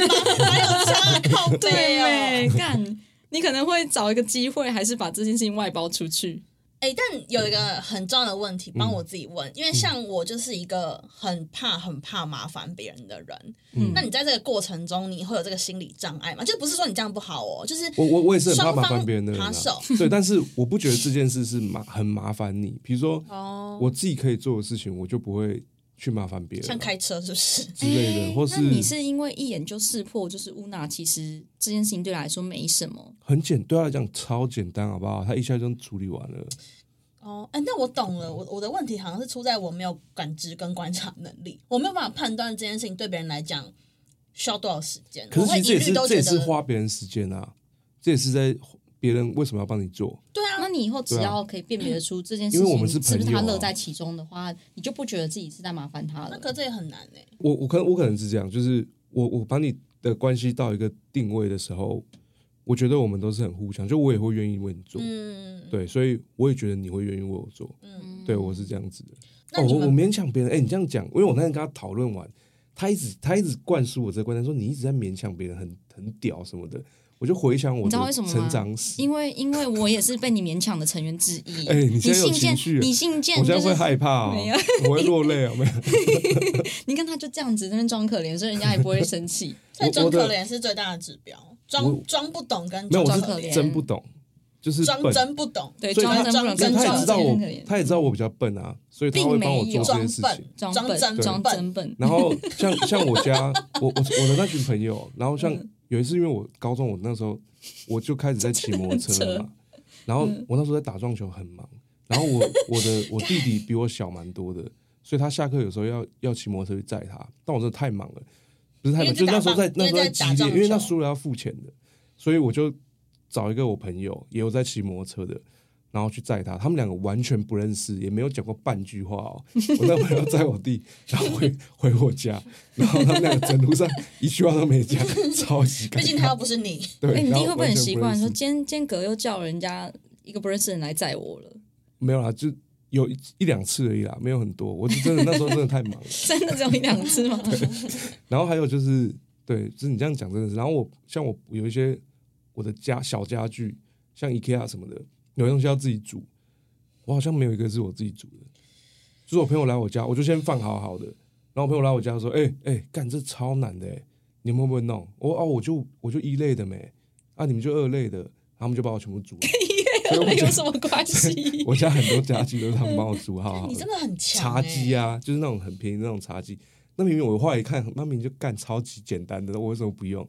Speaker 4: 有差靠背
Speaker 3: 对
Speaker 4: 哦。
Speaker 3: 欸，干，你可能会找一个机会，还是把这件事情外包出去。
Speaker 4: 哎，但有一个很重要的问题，
Speaker 1: 嗯
Speaker 4: 帮我自己问，因为像我就是一个很怕、很怕麻烦别人的人。
Speaker 1: 嗯
Speaker 4: 那你在这个过程中，你会有这个心理障碍吗？就不是说你这样不好哦，就是
Speaker 1: 我我我也是很怕
Speaker 4: 双
Speaker 1: 麻
Speaker 4: 方
Speaker 1: 烦别人的人、啊
Speaker 4: 扒手，
Speaker 1: 对，但是我不觉得这件事是麻很麻烦你，比如说
Speaker 4: 哦，
Speaker 1: 我自己可以做的事情，我就不会去麻烦别人啊
Speaker 4: 像开车是不是？
Speaker 1: 之类的，或
Speaker 3: 哎那你是因为一眼就识破，就是乌娜其实这件事情对他来说没什么，
Speaker 1: 很简，对他来讲超简单，好不好？他一下就处理完了。
Speaker 4: 哦，哎，那我懂了。我我的问题好像是出在我没有感知跟观察能力，我没有办法判断这件事情对别人来讲需要多少时间。
Speaker 1: 可
Speaker 4: 我
Speaker 1: 是
Speaker 4: 会
Speaker 1: 其实这也
Speaker 4: 一律
Speaker 1: 是
Speaker 4: 都
Speaker 1: 这
Speaker 4: 觉
Speaker 1: 也是
Speaker 4: 得
Speaker 1: 花别人时间啊，这也是在别人为什么要帮你做？
Speaker 4: 对啊，
Speaker 3: 那你以后只要可以辨别得出这件事
Speaker 1: 因为我
Speaker 3: 情
Speaker 1: 们是朋
Speaker 3: 不是
Speaker 1: 友
Speaker 3: 他
Speaker 1: 啊
Speaker 3: 乐在其中的话，你就不觉得自己是在麻烦他
Speaker 4: 那
Speaker 3: 了。
Speaker 4: 可这也很难哎、
Speaker 1: 我我可能我可能是这样，就是我我把你的关系到一个定位的时候，我觉得我们都是很互相，就我也会愿意为你做，
Speaker 4: 嗯，
Speaker 1: 对，所以我也觉得你会愿意为我做，
Speaker 4: 嗯
Speaker 1: 对我是这样子的。
Speaker 4: 那
Speaker 1: 哦，
Speaker 4: 你
Speaker 1: 我我
Speaker 4: 们
Speaker 1: 勉强别人，哎、你这样讲，因为我那天跟他讨论完，他一直他一直灌输我这个观念，说你一直在勉强别人很，很屌什么的。我就回想我
Speaker 3: 你知道
Speaker 1: 的
Speaker 3: 为什么吗
Speaker 1: 成长史，
Speaker 3: 因为因为我也是被你勉强的成员之一。
Speaker 1: 哎你现在有
Speaker 3: 信件
Speaker 1: 情绪，了
Speaker 3: 你信件
Speaker 1: 我现
Speaker 3: 就
Speaker 1: 在会
Speaker 3: 是
Speaker 1: 害怕、哦，
Speaker 3: 没有
Speaker 1: 我会落泪啊、 没有，
Speaker 3: 你看他就这样子在那边装可怜，所以人家也不会 生气。
Speaker 4: 所以
Speaker 1: 我
Speaker 4: 装
Speaker 1: 我的
Speaker 4: 可怜是最大的指标，
Speaker 1: 我
Speaker 4: 装装不懂跟
Speaker 1: 没有，
Speaker 4: 装
Speaker 1: 我
Speaker 3: 装可
Speaker 1: 是
Speaker 3: 怜
Speaker 1: 真不懂，就是
Speaker 4: 装
Speaker 1: 笨。
Speaker 4: 真不懂，
Speaker 3: 对，
Speaker 1: 所以
Speaker 3: 装
Speaker 1: 他
Speaker 3: 真不能
Speaker 1: 因为
Speaker 3: 跟
Speaker 1: 他
Speaker 3: 装
Speaker 1: 也
Speaker 3: 真
Speaker 1: 知道我
Speaker 3: 可怜，，
Speaker 1: 他也知道我比较笨啊，所以他会帮我做这件事
Speaker 4: 装
Speaker 1: 情
Speaker 4: 笨。，
Speaker 3: 装
Speaker 4: 装
Speaker 3: 笨，
Speaker 4: 真
Speaker 3: 装
Speaker 4: 笨。
Speaker 3: 真笨。
Speaker 4: 嗯
Speaker 1: 然后像像我家，我我我的那群朋友，然后像有一次，因为我高中我那时候我就开始在骑摩托车了 嘛，然后
Speaker 4: 嗯
Speaker 1: 我那时候在打撞球很忙，然后我我的我弟弟比我小蛮多的，所以他下课有时候要要骑摩托车去载他，但我真的太忙了，不是太
Speaker 4: 因
Speaker 1: 忙，
Speaker 4: 为
Speaker 1: 就是
Speaker 4: 在
Speaker 1: 那时候
Speaker 4: 打
Speaker 1: 在
Speaker 4: 棒
Speaker 1: 那时候
Speaker 4: 因为在打
Speaker 1: 激烈，
Speaker 4: 撞
Speaker 1: 因为那
Speaker 4: 球
Speaker 1: 输了要付钱的，所以我就找一个我朋友也有在骑摩托车的。然后去载他，他们两个完全不认识，也没有讲过半句话哦。我那朋友载我弟， 然后回回我家，然后他们两个整路上一句话都没讲，超级尴
Speaker 4: 毕竟
Speaker 1: 尬。
Speaker 4: 他又不是你，
Speaker 1: 对，
Speaker 3: 哎，你
Speaker 1: 然
Speaker 3: 弟
Speaker 1: 后
Speaker 3: 会不会
Speaker 1: 完
Speaker 3: 很
Speaker 1: 全
Speaker 3: 习惯
Speaker 1: 认
Speaker 3: 说
Speaker 1: 识
Speaker 3: 间间隔又叫人家一个不认识的人来载我了？
Speaker 1: 没有啦，就有一一两次而已啦，没有很多。我是真的那时候真的太忙了。
Speaker 3: 真的只有一两次吗？
Speaker 1: 然后还有就是，对，就是你这样讲真的是。然后我像我有一些我的家小家具，像 IKEA 什么的，有些东西要自己煮，我好像没有一个是我自己煮的。就是我朋友来我家，我就先放好好的。然后我朋友来我家说：“哎、哎、干这超难的、欸，你们会不会弄？”我哦，我就我就一类的没，啊，你们就二类的，然后他们就把我全部煮了。所以我
Speaker 3: 有
Speaker 1: 家
Speaker 3: 什么关系？
Speaker 1: 我家很多家具都是他们帮我煮好好
Speaker 4: 你真
Speaker 1: 的，
Speaker 4: 的很强、
Speaker 1: 茶
Speaker 4: 欸。
Speaker 1: 几啊，就是那种很便宜的那种茶几。那明明我后来一看，那明明就干超级简单的，我为什么不用？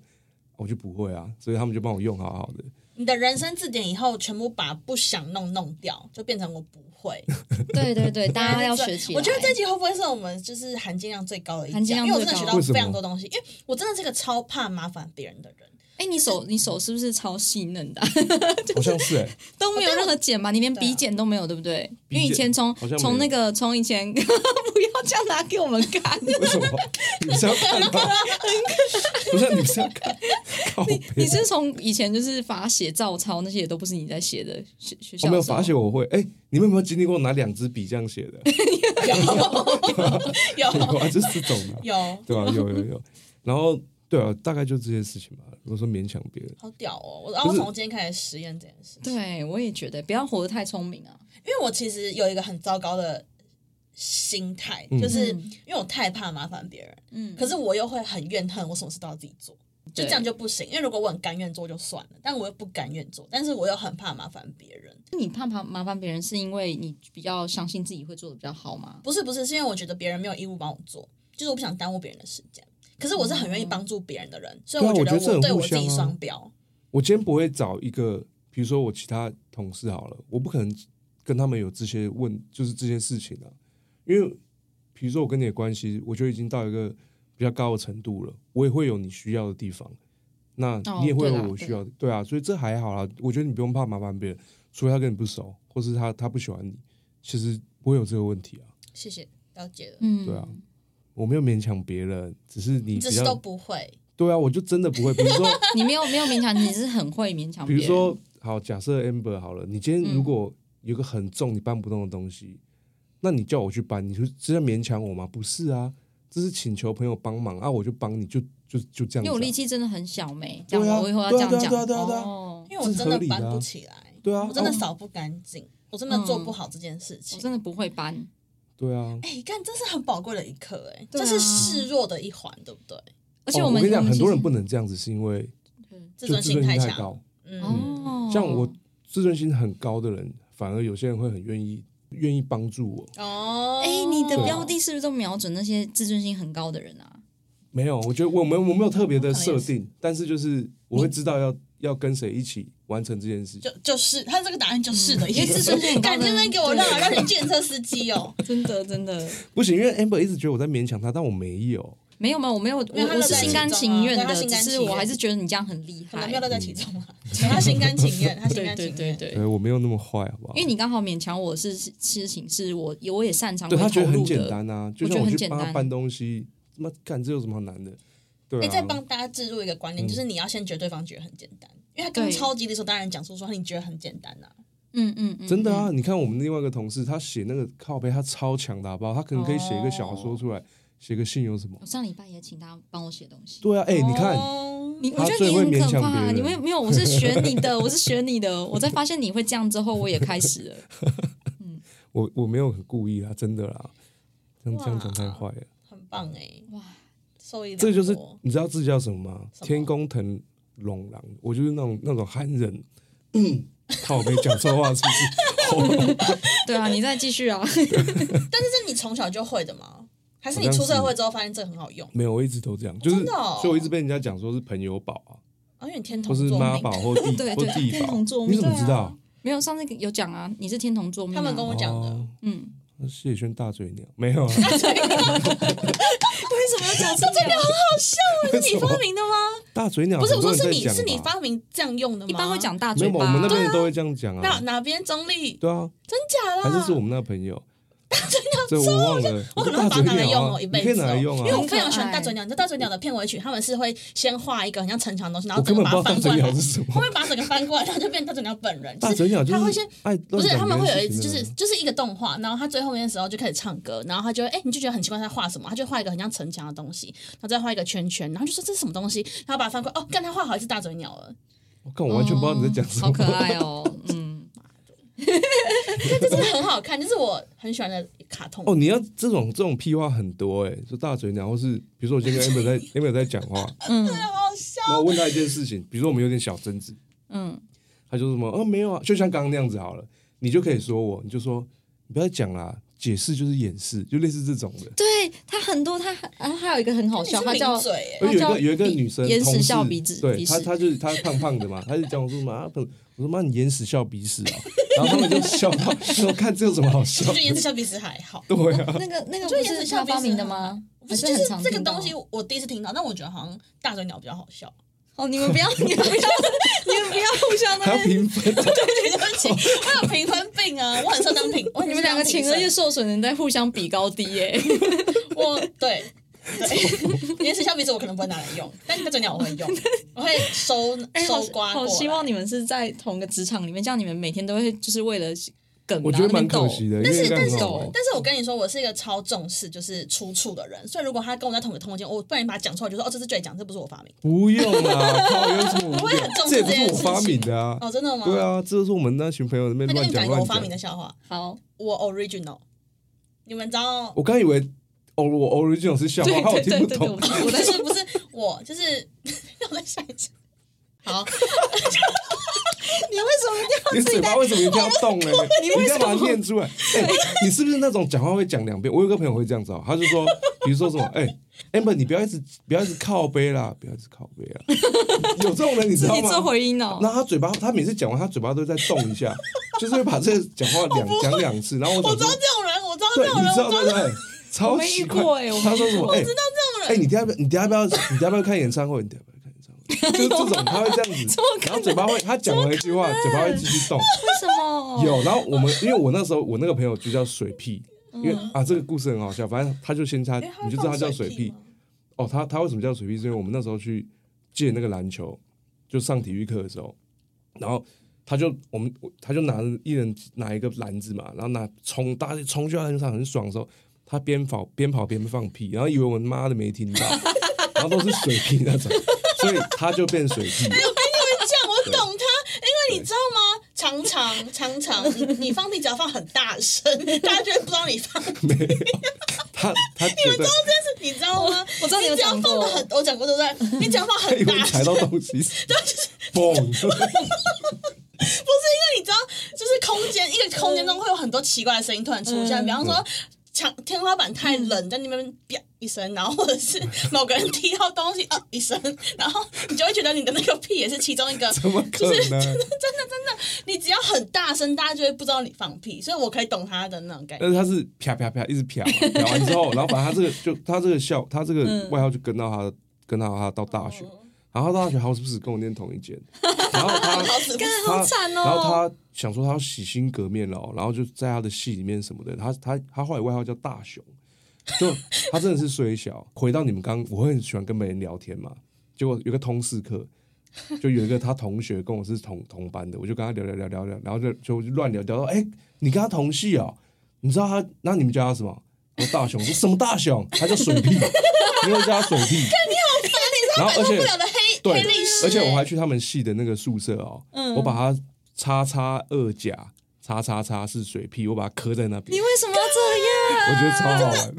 Speaker 1: 我就不会啊，所以他们就帮我用好好的。
Speaker 4: 你的人生字典以后全部把不想弄弄掉，就变成我不 会。
Speaker 3: 对对对，大家要学起来。
Speaker 4: 我觉得这集会不会是我们就是含金量最高的一
Speaker 3: 含
Speaker 4: 集
Speaker 3: 金
Speaker 4: 啊？
Speaker 3: 量
Speaker 4: 因为我真的学
Speaker 3: 最高
Speaker 4: 到
Speaker 1: 为什么
Speaker 4: 非常多东西，因为我真的是个超怕麻烦别人的人。
Speaker 3: 哎、你手你手是不是超细嫩的啊、
Speaker 1: 好像是哎、
Speaker 3: 都没有任何茧吧？你连鼻茧都没有，对不对？
Speaker 1: 鼻
Speaker 3: 因为以前
Speaker 1: 茧
Speaker 3: 从
Speaker 1: 好像没有
Speaker 3: 从那个从以前 不要这样拿给我们 看，
Speaker 1: 为 什么？你是要看吗？ 不是，你是要看？靠背
Speaker 3: 你是从以前就是罚写照抄那些也都不是你在写的学学校
Speaker 1: 我哦
Speaker 3: 的
Speaker 1: 没有
Speaker 3: 时候
Speaker 1: 发写，我会。哎、你们有没有经历过拿两支笔这样写的？
Speaker 4: 有
Speaker 1: 有啊，就是这种的啊、
Speaker 4: 有，
Speaker 1: 对啊，有有有。然后对啊，大概就这些事情吧。如果说勉强别人，
Speaker 4: 好屌哦！我然后
Speaker 1: 不是
Speaker 4: 从今天开始实验这件事，
Speaker 3: 对我也觉得不要活得太聪明啊。
Speaker 4: 因为我其实有一个很糟糕的心态，
Speaker 1: 嗯
Speaker 4: 就是
Speaker 3: 嗯
Speaker 4: 因为我太怕麻烦别人，
Speaker 3: 嗯，
Speaker 4: 可是我又会很怨恨我什么事都要自己做。就这样就不行，因为如果我很甘愿做就算了，但我又不甘愿做，但是我又很怕麻烦别人。
Speaker 3: 你怕麻麻烦别人，是因为你比较相信自己会做的比较好吗？
Speaker 4: 不是不是，是因为我觉得别人没有义务帮我做，就是我不想耽误别人的时间。可是我是很
Speaker 3: 哦
Speaker 4: 愿意帮助别人的人，所以
Speaker 1: 对啊
Speaker 4: 觉
Speaker 1: 我觉得这
Speaker 4: 我
Speaker 1: 很
Speaker 4: 对
Speaker 1: 互
Speaker 4: 我自己
Speaker 1: 相啊
Speaker 4: 双标。
Speaker 1: 我今天不会找一个，比如说我其他同事好了，我不可能跟他们有这些问，就是这些事情啊。因为比如说我跟你的关系，我就已经到一个比较高的程度了，我也会有你需要的地方，那
Speaker 3: 哦
Speaker 1: 你也会有
Speaker 3: 对啦
Speaker 1: 我需要的，对啊，所以这还好啦。我觉得你不用怕麻烦别人，除非他跟你不熟，或是他他不喜欢你，其实不会有这个问题啊。
Speaker 4: 谢谢，了解了。
Speaker 3: 嗯，
Speaker 1: 对啊，我没有勉强别人，只是你
Speaker 4: 你
Speaker 1: 比
Speaker 4: 这是都
Speaker 1: 较
Speaker 4: 不会，
Speaker 1: 对啊，我就真的不会，比如说。
Speaker 3: 你没有没有勉强，你是很会勉强
Speaker 1: 比如
Speaker 3: 别人。
Speaker 1: 说，好，假设 Amber 好了，你今天
Speaker 3: 嗯
Speaker 1: 如果有个很重你搬不动的东西，那你叫我去搬，你就是要勉强我吗？不是啊，这是请求朋友帮忙啊，我就帮你，就就就这样子
Speaker 3: 因为
Speaker 1: 啊、
Speaker 3: 我力气真的很小没，这
Speaker 1: 对啊
Speaker 3: 样我以后要这样讲
Speaker 1: 对啊对啊对啊对啊
Speaker 3: 哦。
Speaker 4: 因为我真
Speaker 1: 这是
Speaker 4: 的
Speaker 1: 合理的啊
Speaker 4: 搬不起来，
Speaker 1: 对啊，
Speaker 4: 我真的
Speaker 1: 啊
Speaker 4: 扫不干净，我真
Speaker 3: 嗯
Speaker 4: 的做不好这件事
Speaker 3: 我
Speaker 4: 情。
Speaker 3: 真的不会搬，
Speaker 1: 对啊。
Speaker 4: 哎、干，这是很宝贵的一刻、哎、
Speaker 3: 对啊
Speaker 4: 这是示弱的一环，对不对？
Speaker 3: 而且
Speaker 1: 哦
Speaker 3: 们、
Speaker 1: 跟你讲，
Speaker 3: 我们
Speaker 1: 很
Speaker 3: 其
Speaker 1: 多
Speaker 3: 实
Speaker 1: 人不能这样子，是因为
Speaker 4: 自
Speaker 1: 就
Speaker 4: 尊
Speaker 1: 自
Speaker 4: 心
Speaker 1: 尊
Speaker 4: 太
Speaker 1: 心太
Speaker 4: 强，
Speaker 1: 高。
Speaker 4: 嗯，
Speaker 3: 哦，
Speaker 1: 像我自尊心很高的人，反而有些人会很愿意愿意帮助我。
Speaker 4: 哦，
Speaker 3: 哎、你
Speaker 1: 啊
Speaker 3: 的标的是不是都瞄准那些自尊心很高的人 啊？
Speaker 1: 没有，我觉得我没有我没有特别的
Speaker 4: 我可能
Speaker 1: 设
Speaker 4: 也
Speaker 1: 定，但是就是我会知道要要跟谁一起完成这件事情。
Speaker 4: 就就是他这个答案就是的意思，
Speaker 3: 因为自尊心嗯很高
Speaker 4: 敢
Speaker 3: 的人
Speaker 4: 真的给我让我让你建车司机哦，
Speaker 3: 真的真的
Speaker 1: 不行，因为 Amber 一直觉得我在勉强他，但我没有。
Speaker 3: 没有吗？我没有，我
Speaker 4: 因为他
Speaker 3: 我
Speaker 4: 乐
Speaker 3: 是
Speaker 4: 在
Speaker 3: 心
Speaker 4: 其
Speaker 3: 甘
Speaker 4: 中
Speaker 3: 情
Speaker 4: 啊
Speaker 3: 愿
Speaker 4: 对他
Speaker 3: 的，
Speaker 4: 心
Speaker 3: 只
Speaker 4: 甘
Speaker 3: 是
Speaker 4: 情
Speaker 3: 我还
Speaker 4: 愿
Speaker 3: 是觉得你这样很厉
Speaker 4: 可能
Speaker 3: 害
Speaker 4: 没有。乐在其中啊，他心甘情愿，他 心
Speaker 3: 对
Speaker 4: 甘情
Speaker 3: 对
Speaker 4: 愿，
Speaker 3: 对对，
Speaker 1: 对，我没有那么坏，好不好？
Speaker 3: 因为你刚好勉强我是是事情是我我也擅长
Speaker 1: 对
Speaker 3: 会
Speaker 1: 他觉得
Speaker 3: 投
Speaker 1: 很
Speaker 3: 入
Speaker 1: 简
Speaker 3: 的
Speaker 1: 单啊，就
Speaker 3: 我
Speaker 1: 像
Speaker 3: 觉得
Speaker 1: 我
Speaker 3: 很
Speaker 1: 去
Speaker 3: 简
Speaker 1: 帮他
Speaker 3: 单
Speaker 1: 搬东西，他妈干这有什么好难的？对
Speaker 4: 哎、
Speaker 1: 啊，嗯
Speaker 4: 再帮大家置入一个观念，就是你要先觉得对方觉得很简单，因为他刚刚
Speaker 3: 对
Speaker 4: 超级的时候，当然讲出说你觉得很简单呐、啊
Speaker 3: 嗯嗯嗯，
Speaker 1: 真的
Speaker 3: 嗯
Speaker 1: 啊！你看我们另外一个同事，他写那个靠背，他超强的，好不好？他可能可以写一个小说
Speaker 3: 哦
Speaker 1: 出来，写个信有什么
Speaker 3: 我？上礼拜也请他帮我写东西。
Speaker 1: 对啊，哎，你看，
Speaker 4: 哦
Speaker 3: 你我
Speaker 1: 他
Speaker 3: 觉得
Speaker 1: 最
Speaker 3: 你
Speaker 1: 会
Speaker 3: 很
Speaker 1: 勉
Speaker 3: 可
Speaker 1: 强
Speaker 3: 怕、啊
Speaker 1: 别人
Speaker 3: 你们没有，我是学你的， 我是学你的。我在发现你会这样之后，我也开始了。
Speaker 1: 我我没有很故意啊，真的啦。这样这样
Speaker 4: 哇
Speaker 1: 讲太坏了，
Speaker 4: 很棒哎、
Speaker 3: 哇，
Speaker 4: 受益良
Speaker 1: 这就
Speaker 4: 多
Speaker 1: 是你知道这叫什么吗？
Speaker 4: 什么
Speaker 1: 天公藤龙狼，我就是那种那种憨人。 靠背讲错话是不是？
Speaker 3: 对啊，你再继续啊。
Speaker 4: 但是这你从小就会的吗？还是你
Speaker 1: 好像
Speaker 4: 出
Speaker 1: 是
Speaker 4: 社会之后发现这个很好用？
Speaker 1: 没有，我一直都这样，就是，
Speaker 4: 真的哦
Speaker 1: 所以我一直被人家讲说是朋友宝啊，
Speaker 4: 而哦且你天
Speaker 1: 或
Speaker 4: 童
Speaker 1: 是
Speaker 4: 作
Speaker 1: 妈
Speaker 4: 命
Speaker 1: 宝，或 地
Speaker 3: 对
Speaker 1: 或
Speaker 3: 对
Speaker 1: 地
Speaker 2: 天
Speaker 1: 宝，
Speaker 2: 同作
Speaker 1: 你
Speaker 2: 命
Speaker 1: 怎么知道？
Speaker 3: 没有，上次有讲啊，你是天童座命啊、
Speaker 4: 他们跟我讲的哎
Speaker 1: 哦
Speaker 3: 嗯，
Speaker 1: 那谢轩大嘴鸟没有啊？
Speaker 3: 为什么 要讲出这样？
Speaker 4: 这 是你发明的吗？
Speaker 1: 大嘴鸟
Speaker 4: 不是，
Speaker 1: 很
Speaker 4: 我
Speaker 1: 多
Speaker 4: 说
Speaker 1: 人
Speaker 4: 是
Speaker 1: 在
Speaker 4: 你
Speaker 1: 讲
Speaker 4: 是你
Speaker 1: 吧
Speaker 4: 发明这样用的吗？
Speaker 3: 一般会讲大
Speaker 1: 没
Speaker 3: 嘴
Speaker 1: 有吧？
Speaker 3: 巴。
Speaker 1: 我们那边都会这样讲
Speaker 4: 哪
Speaker 1: 啊，
Speaker 4: 哪边中立？
Speaker 1: 对啊，
Speaker 4: 真假啦？
Speaker 1: 还是是我们那个朋 友。这我忘了，
Speaker 4: 我可能
Speaker 1: 大
Speaker 4: 会把它
Speaker 1: 嘴
Speaker 4: 拿来
Speaker 1: 鸟
Speaker 4: 用
Speaker 1: 啊
Speaker 4: 哦，一
Speaker 1: 你
Speaker 4: 辈
Speaker 1: 可以
Speaker 4: 子
Speaker 1: 拿
Speaker 4: 哦，
Speaker 1: 来用
Speaker 4: 因为
Speaker 1: 啊。
Speaker 4: 我非常喜
Speaker 3: 很
Speaker 4: 欢
Speaker 3: 可爱
Speaker 4: 大嘴鸟。你知道大嘴鸟的片尾曲，他们是会先画一个很像城墙的东西，然
Speaker 1: 我
Speaker 4: 后整
Speaker 1: 根本
Speaker 4: 个把
Speaker 1: 不知
Speaker 4: 它
Speaker 1: 道大
Speaker 4: 翻
Speaker 1: 嘴
Speaker 4: 过
Speaker 1: 鸟
Speaker 4: 来，然
Speaker 1: 是
Speaker 4: 后
Speaker 1: 什么
Speaker 4: 他。会把整个翻过来，然后就变大嘴鸟本人。
Speaker 1: 大
Speaker 4: 是
Speaker 1: 嘴鸟就
Speaker 4: 他会
Speaker 1: 是
Speaker 4: 先
Speaker 1: 爱
Speaker 4: 不
Speaker 1: 乱
Speaker 4: 是，
Speaker 1: 讲
Speaker 4: 他们
Speaker 1: 别
Speaker 4: 会
Speaker 1: 人啊
Speaker 4: 有一
Speaker 1: 事情
Speaker 4: 就是
Speaker 1: 的
Speaker 4: 就是一个动画，然后他最后面的时候就开始唱歌，然后他就会哎、你就觉得很奇怪，他画什么？他就画一个很像城墙的东西，然后再画一个圈圈，然后就说这是什么东西，然后把它翻过来，哦，干他画好一只大嘴鸟了，
Speaker 1: 我看我完全不知道你在讲什
Speaker 3: 好
Speaker 1: 么。
Speaker 3: 可爱 哦，嗯，
Speaker 4: 这真的很好看，这是我很喜欢的卡通。
Speaker 1: 哦，你要这种这种屁话很多哎，就大嘴鸟，或是比如说我今天跟 amber 在 amber 在讲话，
Speaker 4: 啊好笑，
Speaker 1: 然后问他一件事情，比如说我们有点小争执，
Speaker 3: 嗯，
Speaker 1: 他就说什么啊没有啊，就像刚刚那样子好了，你就可以说我，你就说你不要讲啦，解释就是掩饰，就类似这种的。
Speaker 3: 对他很多，他然后还有一个很好笑，他
Speaker 4: 你是
Speaker 3: 叫
Speaker 4: 抿嘴欸
Speaker 1: 而有一
Speaker 3: 她叫
Speaker 1: 个有一个
Speaker 3: 鼻
Speaker 1: 女生
Speaker 3: 眼
Speaker 1: 同
Speaker 3: 屎
Speaker 1: 事
Speaker 3: 笑鼻子
Speaker 1: 对
Speaker 3: 鼻
Speaker 1: 她
Speaker 3: 屎
Speaker 1: 她就是她胖胖的 嘛，她就讲我说什么啊，我说妈你眼屎笑鼻屎啊，然后他们就笑到， 说看这有什么好
Speaker 4: 我
Speaker 1: 笑
Speaker 4: 觉得？颜色小鼻子还好。
Speaker 1: 对啊，
Speaker 3: 那个那个
Speaker 4: 就
Speaker 3: 不
Speaker 4: 也
Speaker 3: 是
Speaker 4: 是
Speaker 3: 他
Speaker 4: 像
Speaker 3: 发明的
Speaker 4: 鼻子啊
Speaker 3: 吗？
Speaker 4: 不是，
Speaker 3: 还
Speaker 4: 就是是
Speaker 3: 很常
Speaker 4: 这个
Speaker 3: 听到啊
Speaker 4: 东西，我第一次听到，但我觉得好像大嘴鸟比较好笑。
Speaker 3: 哦，你们不要，你们不要， 你们不要互相
Speaker 1: 还
Speaker 3: 那
Speaker 1: 要
Speaker 3: 边，
Speaker 1: 评分，
Speaker 4: 对不起，我有评分病啊，我很适合当评。我
Speaker 3: 你们两个
Speaker 4: 请
Speaker 3: 情
Speaker 4: 了
Speaker 3: 而又受损，你在互相比高低耶、
Speaker 4: 我对。对，颜色小鼻子我可能不会拿来用，但大嘴鸟我会用，我会收
Speaker 3: 哎，好
Speaker 4: 收刮过
Speaker 3: 好
Speaker 4: 来。
Speaker 3: 希望你们是在同个职场里面，这样你们每天都会就是为了梗，啊
Speaker 1: 我觉得
Speaker 3: 然后那边
Speaker 1: 蛮可
Speaker 3: 斗
Speaker 1: 惜的，因
Speaker 4: 但
Speaker 1: 为
Speaker 4: 是
Speaker 1: 应该
Speaker 4: 但
Speaker 1: 很
Speaker 4: 是
Speaker 1: 好玩
Speaker 4: 但是我跟你说，我是一个超重视就是出处的人，所以如果他跟我在同个空间，我不然把它讲出来，就说哦，这是最讲，这不是我发明。
Speaker 1: 不用啦，靠，有什么无
Speaker 4: 我也很
Speaker 1: 聊？
Speaker 4: 重
Speaker 1: 这也
Speaker 4: 视
Speaker 1: 不
Speaker 4: 这
Speaker 1: 是
Speaker 4: 件
Speaker 1: 我发
Speaker 4: 事情
Speaker 1: 明的啊，
Speaker 4: 哦，真的吗？
Speaker 1: 对，啊，这是我们那群朋友那边
Speaker 4: 那跟
Speaker 1: 乱
Speaker 4: 你讲
Speaker 1: 讲
Speaker 4: 一个我
Speaker 1: 乱
Speaker 4: 发
Speaker 1: 讲
Speaker 4: 明。的笑话，
Speaker 3: 好，
Speaker 4: 我 original。你们知道
Speaker 1: 我刚以为哦，我 original 是笑话，
Speaker 3: 对
Speaker 1: 怕我
Speaker 3: 对
Speaker 1: 听不
Speaker 3: 对对对，
Speaker 1: 懂
Speaker 3: 我。我
Speaker 4: 我
Speaker 3: 在
Speaker 4: 的是不是我，就是要再下一次。好，
Speaker 3: 你为什么要？
Speaker 1: 你嘴巴为什么一定要动 呢？你一定要把它念出来。哎、你是不是那种讲话会讲两遍？我有个朋友会这样子哦，他就 说，比如说什么，哎、a m b e r 你不要一直不要一直靠背啦，不要一直靠背啦。 有这种 人你知
Speaker 3: 自
Speaker 1: 道
Speaker 3: 己做
Speaker 1: 吗？
Speaker 3: 回音哦、
Speaker 1: 那他嘴巴，他每次讲完，他嘴巴都在动一下，就是会把这讲话 两讲两次。然后我
Speaker 4: 我
Speaker 1: 想
Speaker 4: 知道
Speaker 1: 说，
Speaker 4: 这种人，我知道这
Speaker 1: 对，
Speaker 4: 种
Speaker 1: 你
Speaker 4: 人，
Speaker 1: 知道
Speaker 4: 我
Speaker 1: 对
Speaker 4: 知
Speaker 1: 不
Speaker 4: 道
Speaker 1: 对？ 超
Speaker 3: 没遇
Speaker 1: 奇怪
Speaker 3: 过哎我。
Speaker 1: 他说什么？哎、
Speaker 4: 这种
Speaker 1: 哎、
Speaker 4: 人。
Speaker 1: 你等一下不，你等一下不要，你等一下不要看演唱会，你等一下不要看演唱会，就是这种，他会这样子，然后嘴巴会，他讲完一句话，嘴巴会继续动。
Speaker 3: 为什 么？
Speaker 1: 有，然后我们因为我那时候我那个朋友就叫水屁，因为啊这个故事很好笑，反正他就先他
Speaker 4: 哎
Speaker 1: 你就知道他叫水
Speaker 4: 水
Speaker 1: 屁
Speaker 4: 吗
Speaker 1: 哦，他他为什么叫水屁？是因为我们那时候去借那个篮球，就上体育课的时候，然后他就我们他就拿着一人拿一个篮子嘛，然后拿冲大家冲去篮球场很爽的时候，他边跑边跑边放屁，然后以为我们妈的没听到，然后都是水屁那种， 所以他就变水屁。
Speaker 4: 这样我懂他，因为你知道吗？常常常常，你你放屁只要放很大声，大家就会不知道你放。
Speaker 1: 没有，他他觉得
Speaker 4: 但是你知道吗？
Speaker 3: 我知道你
Speaker 4: 你
Speaker 3: 有
Speaker 4: 只要
Speaker 3: 讲
Speaker 4: 放
Speaker 3: 过
Speaker 4: 的很，我讲过对不对？你只要 放
Speaker 1: 他以
Speaker 4: 很
Speaker 1: 为
Speaker 4: 大
Speaker 1: 踩
Speaker 4: 声，
Speaker 1: 到东西，嘣。
Speaker 4: 你知道，就是空间一个空间中会有很多奇怪的声音突然出
Speaker 1: 嗯
Speaker 4: 现，比方说墙天花板太冷，在那边啪一声，然后或者是某个人踢到东西啊一声，然后你就会觉得你的那个屁也是其中一 个。
Speaker 1: 怎么可能？
Speaker 4: 你只要很大声，大家就会不知道你放屁，所以我可以懂他的那种感觉。
Speaker 1: 但是他是啪啪啪一直啪，啪完之后，然后反正他这个就他这个笑，他这个
Speaker 3: 嗯
Speaker 1: 外号就跟到他跟到他到大学，然后他到大学好死不死跟我念同一间，然后他
Speaker 4: 好死不死，
Speaker 1: 他
Speaker 3: 哦 好惨哦
Speaker 1: 然后他想说他要洗心革面了哦，然后就在他的戏里面什么的，他他他后来外号叫大熊，就他真的是虽小。回到你们刚，我会很喜欢跟别人聊天嘛，结果有个通识课。就有一个他同学跟我是同同班的，我就跟他聊聊聊聊聊，然后就就乱聊聊到，哎、你跟他同系哦？你知道他？那你们叫他什么？我说大熊，我说什么大熊？他叫水屁，你又叫他水屁。你好烦，你知道然后而且
Speaker 4: 不了的黑
Speaker 1: 对
Speaker 4: 黑历，史。嗯
Speaker 1: 而且我还去他们系的那个宿舍哦，我把它叉叉二甲叉叉叉是水屁，我把它刻在那边
Speaker 3: 你，为什么要这样？
Speaker 1: 我觉得超好玩。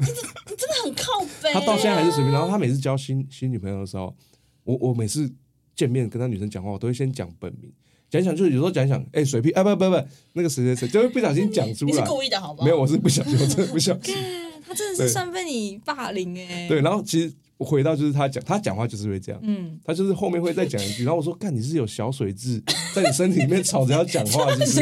Speaker 4: 真的很靠背。
Speaker 1: 他到现在还是水屁，然后他每次交新新女朋友的时候，我我每次见面跟他女生讲话，我都会先讲本名，讲一讲就是有时候讲一讲，哎、水屁，哎、不不不，那个谁谁谁，就会不小心讲出
Speaker 4: 你是
Speaker 1: 来。
Speaker 4: 故意的好不好？
Speaker 1: 没有，我是不小心，我真的不小心。
Speaker 3: 他真的是算被你霸凌哎、
Speaker 1: 对，然后其实我回到就是他讲，他讲话就是会这样，
Speaker 3: 嗯，
Speaker 1: 他就是后面会再讲一句，然后我说：“干，你是有小水蛭在你身体里面吵着要讲话，是不 是？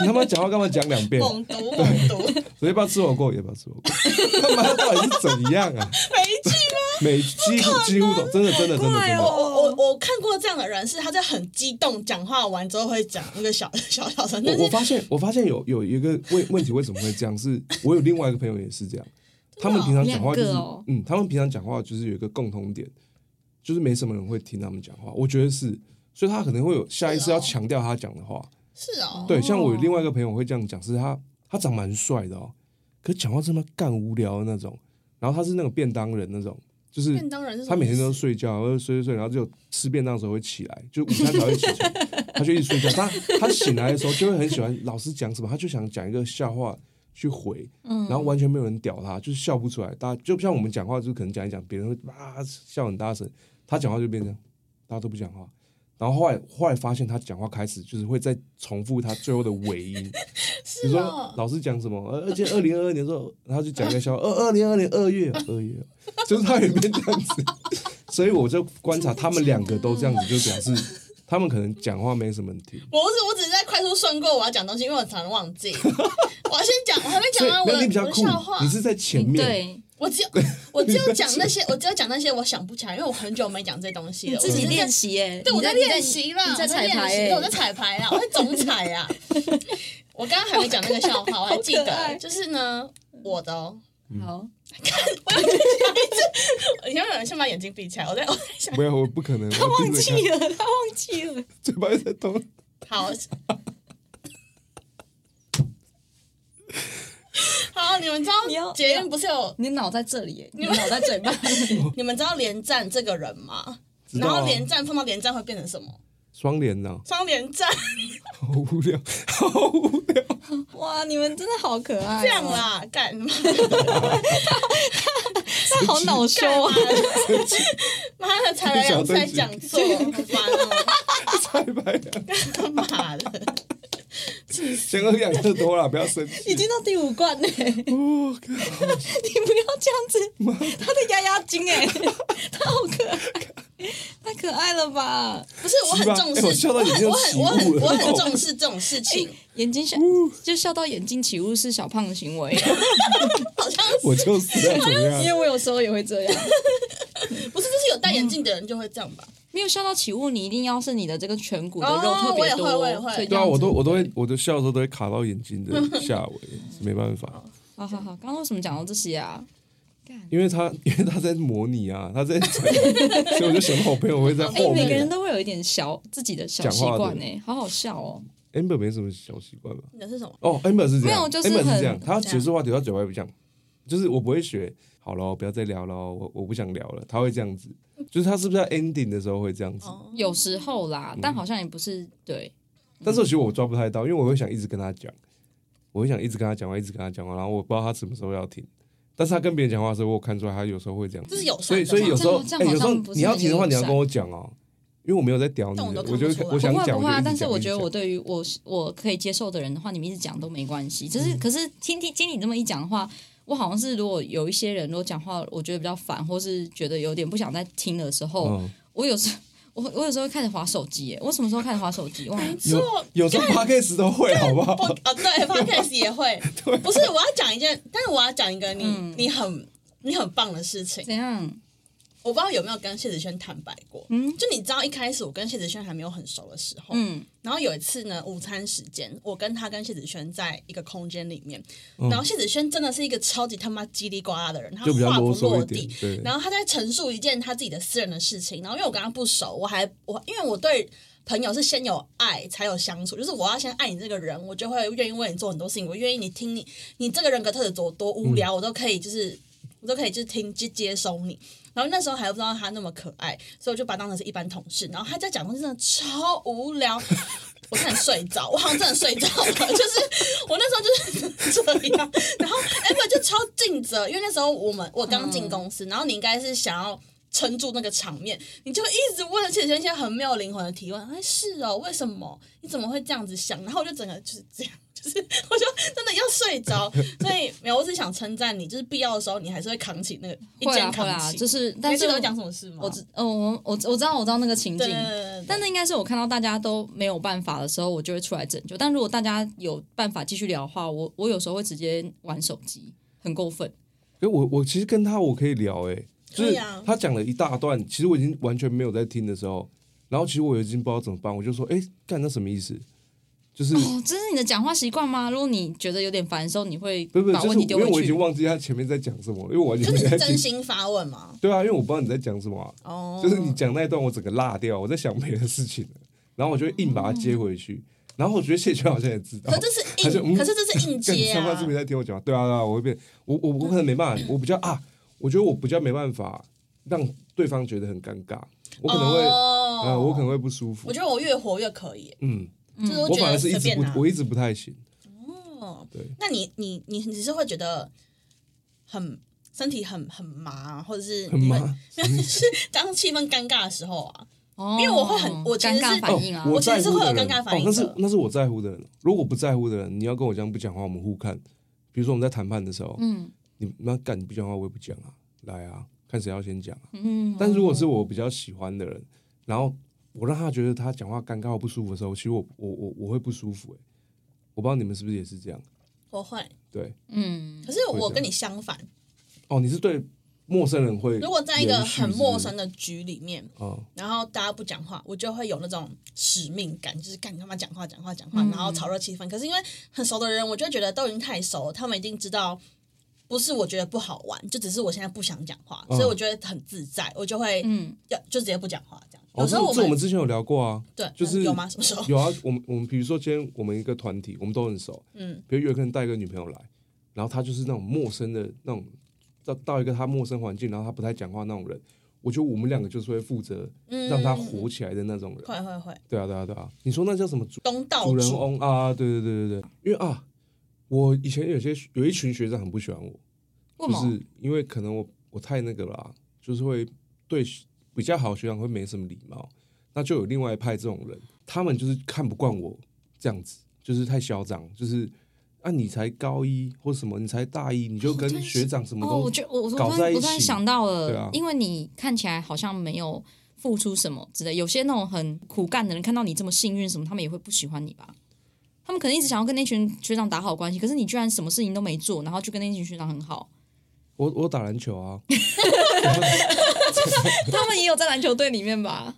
Speaker 1: 你他妈讲话干嘛讲两遍？
Speaker 4: 猛毒猛毒，
Speaker 1: 所以要不要吃火锅？也不要吃火锅， 他妈到底是怎样啊？
Speaker 4: 没劲。
Speaker 1: 每几乎几乎都真的真的真的真
Speaker 3: 怪
Speaker 1: 的，
Speaker 3: 哦
Speaker 4: 我我我看过这样的人，是他在很激动讲话完之后会讲那个小 小小声，但
Speaker 1: 我我
Speaker 4: 是
Speaker 1: 发现我发现有有一个问问题为什么会这样？是我有另外一个朋友也是这样，他们平常讲话就是、
Speaker 3: 两个哦
Speaker 1: 嗯，他们平常讲话就是有一个共通点，就是没什么人会听他们讲话，我觉得是，所以他可能会有下意识要强调他讲的话。
Speaker 4: 是哦，
Speaker 1: 对，像我有另外一个朋友会这样讲，是他他长蛮帅的哦，可是讲话这么干无聊的那种，然后他是那种便当人那种，就是
Speaker 4: 便当人是什么
Speaker 1: 他每天都睡觉，然后睡睡睡，然后只有吃便当的时候会起来，就午餐才会起 床，他就一直睡觉。他他醒来的时候就会很喜欢老师讲什么，他就想讲一个笑话去回，
Speaker 4: 嗯
Speaker 1: 然后完全没有人屌他，就是笑不出来。大家就像我们讲话，就是可能讲一讲，别人会啊笑很大声，他讲话就变成大家都不讲话。然后后来后来发现他讲话开始就是会再重复他最后的尾 音，
Speaker 4: 哦
Speaker 1: 比如说老师讲什么，呃而且二零二二年的时候，然后就讲一个笑话，呃二二零二零二月二月，就是他也变这样子， 所以我就观察他们两个都这样子，就表示他们可能讲话没什么问题。
Speaker 4: 我只我只是在快速算过我要讲东西，因为我常常忘 记。我要先讲，我还没
Speaker 1: 所
Speaker 4: 讲
Speaker 1: 以
Speaker 4: 完我
Speaker 1: 那
Speaker 4: 的
Speaker 1: 你比较
Speaker 4: 我的
Speaker 1: 酷
Speaker 4: 笑话，
Speaker 1: 你。是在前
Speaker 3: 你
Speaker 1: 面，
Speaker 3: 对，
Speaker 4: 我只有我只有讲那些，我只有讲那些我想不起来，因为我很久没讲这些东西
Speaker 3: 你
Speaker 4: 了。
Speaker 3: 自己
Speaker 4: 我只是在
Speaker 3: 练习耶，
Speaker 4: 对，
Speaker 3: 你
Speaker 4: 我在练习啦，
Speaker 3: 你在
Speaker 4: 我
Speaker 3: 彩
Speaker 4: 练
Speaker 3: 排欸
Speaker 4: 习
Speaker 3: 耶
Speaker 4: 对，我在彩排啦，我在总彩 啊。我刚刚还没讲那个笑话，我还记
Speaker 3: 好可
Speaker 4: 得，
Speaker 3: 爱
Speaker 4: 就是呢，我的哦，
Speaker 1: 嗯
Speaker 3: 好，
Speaker 4: 你要不要有人先把眼睛闭起来？我在我在想，
Speaker 1: 没有，我不可能，
Speaker 3: 他
Speaker 1: 我
Speaker 3: 忘
Speaker 1: 盯着
Speaker 3: 记了，他忘记了，
Speaker 1: 看，嘴巴一直在动。
Speaker 4: 好。好，你们知
Speaker 3: 你
Speaker 4: 道
Speaker 3: 要
Speaker 4: 捷运不是有
Speaker 3: 你脑在这里耶，你脑在嘴 巴里，
Speaker 4: 你们知道连战这个人吗？
Speaker 1: 知道
Speaker 4: 然
Speaker 1: 啊
Speaker 4: 后连战碰到连战会变成什么？
Speaker 1: 双连呐，
Speaker 4: 双连战
Speaker 1: 好无聊，好无聊。
Speaker 3: 哇，你们真的好可爱哦，
Speaker 4: 这样啦，干嘛？
Speaker 3: 他好恼羞
Speaker 4: 干嘛
Speaker 3: 啊，？
Speaker 4: 妈的，才来两次还讲 座，好烦哦！
Speaker 1: 彩排啊，
Speaker 4: 干嘛的？
Speaker 1: 先喝养乐多啦， 不要生气。
Speaker 3: 已经到第五罐 嘞，你
Speaker 1: 哦，看
Speaker 3: 不要这样子，他的压压惊哎， 他好可爱，太可爱了吧，
Speaker 4: 不是，我很重视，
Speaker 1: 哎我笑到
Speaker 4: 我
Speaker 1: 眼睛有
Speaker 4: 很我
Speaker 1: 起
Speaker 4: 很
Speaker 1: 雾
Speaker 4: 我很
Speaker 1: 了哎
Speaker 4: 我很重视这种事情，
Speaker 3: 眼睛笑就笑到眼睛起雾是小胖的 行为，
Speaker 4: 好像
Speaker 1: 我就是要怎么
Speaker 3: 因为
Speaker 1: 样？
Speaker 3: 我有时候也会这样。
Speaker 4: 不是，就是有戴眼镜的人就会这样吧？
Speaker 3: 没有笑到起雾，你一定要是你的这个颧骨的肉特别多，
Speaker 4: 哦我也会我也会
Speaker 3: 所以这
Speaker 1: 对啊，
Speaker 3: 样子
Speaker 1: 我都我都会，我的笑的时候都会卡到眼睛的下围，没办 法，
Speaker 3: 好好好。刚刚为什么讲到这些啊？
Speaker 1: 因为他因为他在模拟啊，他在彩 排，所以我就想到我朋友会在
Speaker 3: 哎、
Speaker 1: 后
Speaker 3: 每个人
Speaker 1: 面。
Speaker 3: 都会有一点小自己的小习惯呢，好好笑哦。
Speaker 1: Amber 没什么小习惯吧？
Speaker 4: 你的是什么？
Speaker 1: 哦，Amber 是这
Speaker 3: 没有
Speaker 1: 样
Speaker 3: 就是
Speaker 1: ，Amber
Speaker 3: 很
Speaker 1: 是这样，他
Speaker 4: 这
Speaker 1: 结
Speaker 4: 样
Speaker 1: 束话题，他嘴巴也不讲，就是我不会学，好了，不要再聊了，我我不想聊了，他会这样子，就是他是不是在 ending 的时候会这样子？
Speaker 4: 哦，
Speaker 3: 有时候啦，但好像也不是对，
Speaker 1: 但是其实我抓不太到，因为我会想一直跟他讲，我会想一直跟他讲话，一直跟他讲话，然后我不知道他什么时候要停。但是他跟别人讲话的时候，我有看出来他有时候会这样
Speaker 4: 这，是友
Speaker 1: 所
Speaker 4: 善
Speaker 1: 以
Speaker 4: 的
Speaker 1: 所以有
Speaker 4: 吗
Speaker 1: 时候，
Speaker 3: 这
Speaker 1: 哎、
Speaker 3: 样好
Speaker 1: 有时候
Speaker 3: 像不是
Speaker 1: 你要停的话，
Speaker 3: 很
Speaker 1: 你
Speaker 3: 友
Speaker 1: 要
Speaker 3: 善
Speaker 1: 跟我讲哦，因为我没有在屌
Speaker 4: 但我
Speaker 1: 你
Speaker 4: 都
Speaker 1: 的，
Speaker 4: 看
Speaker 1: 我就
Speaker 4: 不出来
Speaker 1: 我想
Speaker 3: 不会
Speaker 1: 讲我就一
Speaker 3: 不会
Speaker 1: 直
Speaker 3: 啊。
Speaker 1: 讲
Speaker 3: 但是我
Speaker 1: 一直
Speaker 3: 觉得
Speaker 1: 讲
Speaker 3: 我对于我是我可以接受的人的话，你们一直讲都没关系。就是、可是听听听你这么一讲的话。我好像是，如果有一些人如果讲话，我觉得比较烦，或是觉得有点不想再听的时候，
Speaker 1: 嗯，
Speaker 3: 我有时我我有时候会开始划手机耶。我什么时候开始划手机？哇，
Speaker 1: 有
Speaker 4: 做
Speaker 1: 有时候 p o d c a s 都会，好不
Speaker 4: 不
Speaker 1: 好？
Speaker 4: 哦，对，podcast 也会，不是我要讲一件，但是我要讲一个你
Speaker 1: 嗯
Speaker 4: 你很你很棒的事情，
Speaker 3: 怎样？
Speaker 4: 我不知道有没有跟谢子轩坦白过，
Speaker 3: 嗯
Speaker 4: 就你知道一开始我跟谢子轩还没有很熟的时候，
Speaker 3: 嗯，
Speaker 4: 然后有一次呢，午餐时间，我跟他跟谢子轩在一个空间里面，然后谢子轩真的是一个超级他妈叽里呱啦的人，
Speaker 1: 嗯
Speaker 4: 他
Speaker 1: 就比较
Speaker 4: 话不
Speaker 1: 啰嗦
Speaker 4: 落
Speaker 1: 一点
Speaker 4: 地，，
Speaker 1: 对。
Speaker 4: 然后他在陈述一件他自己的私人的事情，然后因为我跟他不熟，我还我因为我对朋友是先有爱才有相处，就是我要先爱你这个人，我就会愿意为你做很多事情，我愿意你听你你这个人格特质多多
Speaker 1: 嗯
Speaker 4: 无聊，我都可以就是我都可以就是听接接收你。然后那时候还不知道他那么可爱，所以我就把他当成是一般同事。然后他在讲东西真的超无聊， 我差点睡着，我好像真的睡着了，就是我那时候就是这样。然后 amber 就超尽责，因为那时候我们我刚进公司，然后你应该是想要撑住那个场面，你就一直问浅浅一些很没有灵魂的提问。哎，是哦，为什么？你怎么会这样子想？然后我就整个就是这样，就是我就真的要睡着。所以没有，我只想称赞你，就是必要的时候你还是会扛起那个一
Speaker 3: 会
Speaker 4: 肩
Speaker 3: 啊会
Speaker 4: 扛
Speaker 3: 啊，
Speaker 4: 起。
Speaker 3: 就是
Speaker 4: 你还
Speaker 3: 但
Speaker 4: 记
Speaker 3: 是
Speaker 4: 得我讲什么事吗？
Speaker 3: 我知哦我我我知道我知道那个情
Speaker 4: 对
Speaker 3: 境
Speaker 4: 对，对对
Speaker 3: 但那应该是我看到大家都没有办法的时候，我就会出来拯救。但如果大家有办法继续聊的话，我我有时候会直接玩手机，很过分。
Speaker 1: 因为我我其实跟他我可以聊哎、就
Speaker 4: 可
Speaker 1: 是
Speaker 4: 以啊
Speaker 1: 他讲了一大段，其实我已经完全没有在听的时候，然后其实我已经不知道怎么办，我就说哎，干、那什么意思？就是、
Speaker 3: 哦，这是你的讲话习惯吗？如果你觉得有点烦的时候，你会
Speaker 1: 不是不是，
Speaker 3: 把
Speaker 1: 就
Speaker 3: 问
Speaker 1: 是
Speaker 3: 题
Speaker 1: 因
Speaker 3: 丢
Speaker 1: 为我
Speaker 3: 回
Speaker 1: 已
Speaker 3: 去
Speaker 1: 经。忘记他前面在讲什么了，因为我完全
Speaker 4: 就
Speaker 1: 没
Speaker 4: 你是
Speaker 1: 在
Speaker 4: 真
Speaker 1: 听。
Speaker 4: 心发问吗？
Speaker 1: 对啊，因为我不知道你在讲什么啊、
Speaker 4: 哦，
Speaker 1: 就是你讲那一段我整个落掉，我在想别的事情了，然后我就硬把它接回去，然后我觉得谢全好像也知道
Speaker 4: 可。这是
Speaker 1: 他就
Speaker 4: 硬，
Speaker 1: 嗯
Speaker 4: 可是这是硬
Speaker 1: 干你
Speaker 4: 接
Speaker 1: 上班
Speaker 4: 啊
Speaker 1: 是不。是在听我讲话？对啊，对啊，我会变，我我我可能没办法，我比较啊，我觉得我比较没办法让对方觉得很尴尬，我可能会，
Speaker 4: 哦
Speaker 1: 啊，我可能会不舒服
Speaker 4: 我。觉得我越活越可以，
Speaker 1: 嗯，
Speaker 4: 就是我
Speaker 1: 我
Speaker 4: 觉
Speaker 1: 反而
Speaker 4: 得
Speaker 1: 是一
Speaker 4: 随
Speaker 1: 直
Speaker 4: 便拿
Speaker 1: 不，。我一直不太行。
Speaker 4: 哦
Speaker 1: 对，
Speaker 4: 那你你你你是会觉得很身体很很麻，或者是
Speaker 1: 很
Speaker 4: 你会
Speaker 1: 麻，
Speaker 4: 就是当气氛尴尬的时候啊，
Speaker 3: 哦
Speaker 4: 因为我会很我其实
Speaker 3: 尴
Speaker 4: 是
Speaker 3: 尬反应啊。
Speaker 1: 哦、
Speaker 4: 我其
Speaker 1: 在
Speaker 4: 实是
Speaker 1: 乎
Speaker 4: 会有
Speaker 1: 的人
Speaker 4: 尴尬反
Speaker 1: 哦，
Speaker 4: 应
Speaker 1: 那是
Speaker 4: 的
Speaker 1: 那是我在乎的人。如果不在乎的人，你要跟我这样不讲话，我们互看。比如说我们在谈判的时候，
Speaker 3: 嗯
Speaker 1: 你那干你不讲话，我也不讲啊，来啊，看谁要先讲啊。
Speaker 3: 嗯，
Speaker 1: 但如果是我比较喜欢的人，然后我让他觉得他讲话尴尬或不舒服的时候，其实我我我我会不舒服、欸。我不知道你们是不是也是这样？
Speaker 4: 我会。
Speaker 1: 对，
Speaker 3: 嗯
Speaker 4: 可是我跟你相反，
Speaker 1: 哦，你是对陌生人会，
Speaker 4: 如果在一个很陌生
Speaker 1: 的，
Speaker 4: 的局里面，
Speaker 1: 哦，
Speaker 4: 然后大家不讲话，我就会有那种使命感，就是干他妈讲话讲话讲
Speaker 1: 嗯
Speaker 4: 话，然后炒热气氛。可是因为很熟的人，我就会觉得都已经太熟了，他们一定知道不是我觉得不好玩，就只是我现在不想讲话，
Speaker 1: 嗯
Speaker 4: 所以我觉得很自在，我就会
Speaker 3: 嗯，
Speaker 4: 要就直接不讲话这样。
Speaker 1: 哦
Speaker 4: 有时候
Speaker 1: 这这
Speaker 4: 们
Speaker 1: 们之前有聊过啊，
Speaker 4: 对嗯
Speaker 1: 就是
Speaker 4: 有吗？什么时候？
Speaker 1: 有啊，我们我们比如说今天我们一个团体，我们都很熟，
Speaker 4: 嗯，
Speaker 1: 比如有一个人带一个女朋友来，然后他就是那种陌生的那种，到到一个他陌生环境，然后他不太讲话那种人，我觉得我们两个就是会负责
Speaker 4: 嗯
Speaker 1: 让他火起来的那种人。
Speaker 4: 会会会
Speaker 1: 对啊，对啊，对啊，你说那叫什么主
Speaker 4: 东道
Speaker 1: 主人
Speaker 4: 主
Speaker 1: 翁啊？对对对对对，因为啊，我以前有些有一群学长很不喜欢我，
Speaker 3: 为
Speaker 1: 就
Speaker 3: 什么？
Speaker 1: 是因为可能我我太那个了啊，就是会对比较好的学长会没什么礼貌，那就有另外一派这种人，他们就是看不惯我这样子，就是太嚣张，就是啊你才高一或什么，你才大一，你就跟学长什么
Speaker 3: 哦，
Speaker 1: 都、
Speaker 3: 我觉我我突
Speaker 1: 搞在
Speaker 3: 然
Speaker 1: 一
Speaker 3: 我突然
Speaker 1: 起
Speaker 3: 想到
Speaker 1: 对啊
Speaker 3: 了，因为你看起来好像没有付出什么之类，有些那种很苦干的人看到你这么幸运什么，他们也会不喜欢你吧？他们可能一直想要跟那群学长打好关系，可是你居然什么事情都没做，然后就跟那群学长很好。
Speaker 1: 我我打篮球啊，
Speaker 3: 他们也有在篮球队里面吧？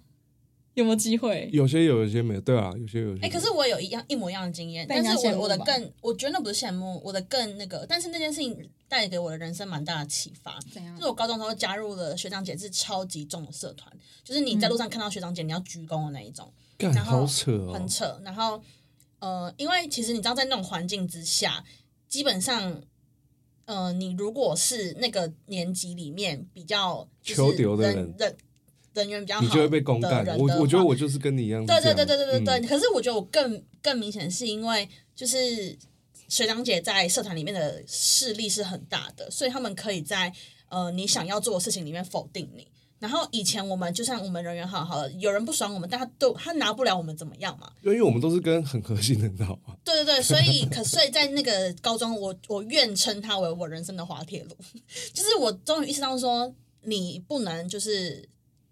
Speaker 3: 有没有机会？
Speaker 1: 有些有，有些没有，对啊，有些有有些没
Speaker 4: 哎、
Speaker 1: 有。
Speaker 4: 可是我有一样一模一样的经验，
Speaker 3: 被
Speaker 4: 但
Speaker 3: 人家
Speaker 4: 是
Speaker 3: 羡
Speaker 4: 我
Speaker 3: 慕
Speaker 4: 我的
Speaker 3: 吧
Speaker 4: 更，我觉得那不是羡慕，我的更那个，但是那件事情带给我的人生蛮大的启发。
Speaker 3: 怎样
Speaker 4: 就是我高中的时候加入了学长姐是超级重的社团，就是你在路上看到学长姐，你要鞠躬的那一种，
Speaker 1: 干
Speaker 4: 然后
Speaker 1: 好扯嗯哦，
Speaker 4: 很扯。然后，呃，因为其实你知道，在那种环境之下，基本上，呃，你如果是那个年级里面比较就是
Speaker 1: 求丢的
Speaker 4: 人
Speaker 1: 人
Speaker 4: 人人缘比较好，
Speaker 1: 你就会被公干。我我觉得我就是跟你一样是这
Speaker 4: 对
Speaker 1: 样，
Speaker 4: 对对对对对对。
Speaker 1: 嗯
Speaker 4: 可是我觉得我更更明显是因为就是学长姐在社团里面的势力是很大的，所以他们可以在呃你想要做的事情里面否定你。然后以前我们就算我们人缘好好的，有人不爽我们，但他都他拿不了我们怎么样嘛。
Speaker 1: 因为我们都是跟很核心的人好啊。
Speaker 4: 对对 对，所以可所以在那个高中，我我愿称它为我人生的滑铁卢， 就是我终于意识到说，你不能就是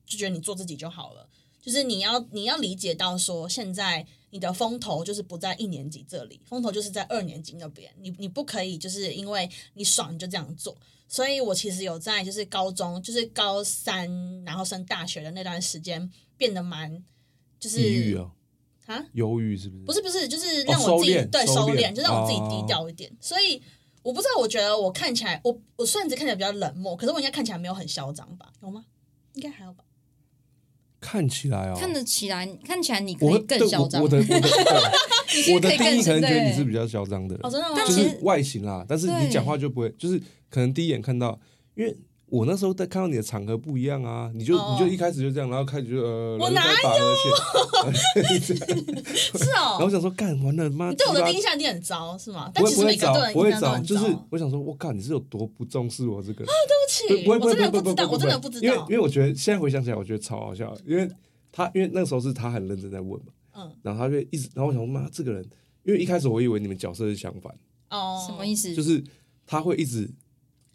Speaker 4: 就觉得你做自己就好了，就是你要你要理解到说，现在你的风头就是不在一年级这里，风头就是在二年级那边，你你不可以就是因为你爽你就这样做。所以我其实有在就是高中，就是高三，然后升大学的那段时间，变得蛮就是
Speaker 1: 抑郁啊，
Speaker 4: 啊，
Speaker 1: 忧郁是不是？
Speaker 4: 不
Speaker 1: 是，
Speaker 4: 是不是，就是让我自
Speaker 1: 哦
Speaker 4: 己、
Speaker 1: 收敛
Speaker 4: 对
Speaker 1: 收
Speaker 4: 收
Speaker 1: 敛
Speaker 4: 敛，就让我自己低
Speaker 1: 哦
Speaker 4: 调一点。所以我不知道，我觉得我看起来，我我虽然只看起来比较冷漠，可是我应该看起来没有很嚣张吧？有吗？应该还好吧。
Speaker 1: 看起来哦，
Speaker 3: 看得起来，看起来你可
Speaker 1: 我
Speaker 3: 以
Speaker 1: 会
Speaker 3: 更
Speaker 1: 对
Speaker 3: 嚣张
Speaker 1: 我我。的我 的对我的
Speaker 3: 可以
Speaker 1: 定
Speaker 3: 更
Speaker 1: 义可能觉得
Speaker 3: 对
Speaker 1: 你是比较嚣张的人
Speaker 4: 哦，，真的吗？
Speaker 3: 但
Speaker 1: 就
Speaker 3: 其
Speaker 1: 是
Speaker 3: 实
Speaker 1: 外形啦，但是你
Speaker 3: 对
Speaker 1: 讲话就不会，就是可能第一眼看到，因为我那时候在看到你的场合不一样啊，你就、
Speaker 4: 哦
Speaker 1: 你就一开始就这样，然后开始就呃，
Speaker 4: 我
Speaker 1: 然后就开 始打呵欠
Speaker 4: 是
Speaker 1: 然后
Speaker 4: 哦
Speaker 1: 我。想说干完了妈，
Speaker 4: 你对我的
Speaker 1: 鸡巴
Speaker 4: 第一印象一定很糟是吗？
Speaker 1: 不
Speaker 4: 但
Speaker 1: 会
Speaker 4: 其
Speaker 1: 不
Speaker 4: 实
Speaker 1: 会
Speaker 4: 每个人
Speaker 1: 找
Speaker 4: 对我的
Speaker 1: 不
Speaker 4: 印
Speaker 1: 会
Speaker 4: 象都
Speaker 1: 找，
Speaker 4: 很糟。
Speaker 1: 就是
Speaker 4: 对
Speaker 1: 我想说，我靠，你是有多不重视我这个？
Speaker 4: 不起，
Speaker 1: 不会
Speaker 4: 我
Speaker 1: 会
Speaker 4: 真的
Speaker 1: 不
Speaker 4: 不知道，我真的不知
Speaker 1: 因为
Speaker 4: 道
Speaker 1: 因。为我觉得现在回想起来，我觉得超好笑，因为他因为那时候是他很认真在问嘛，
Speaker 4: 嗯，
Speaker 1: 然后他就一直，然后我想说妈这个人，因为一开始我以为你们角色是相反，
Speaker 4: 哦，
Speaker 3: 什么意？思？
Speaker 1: 就是他会一直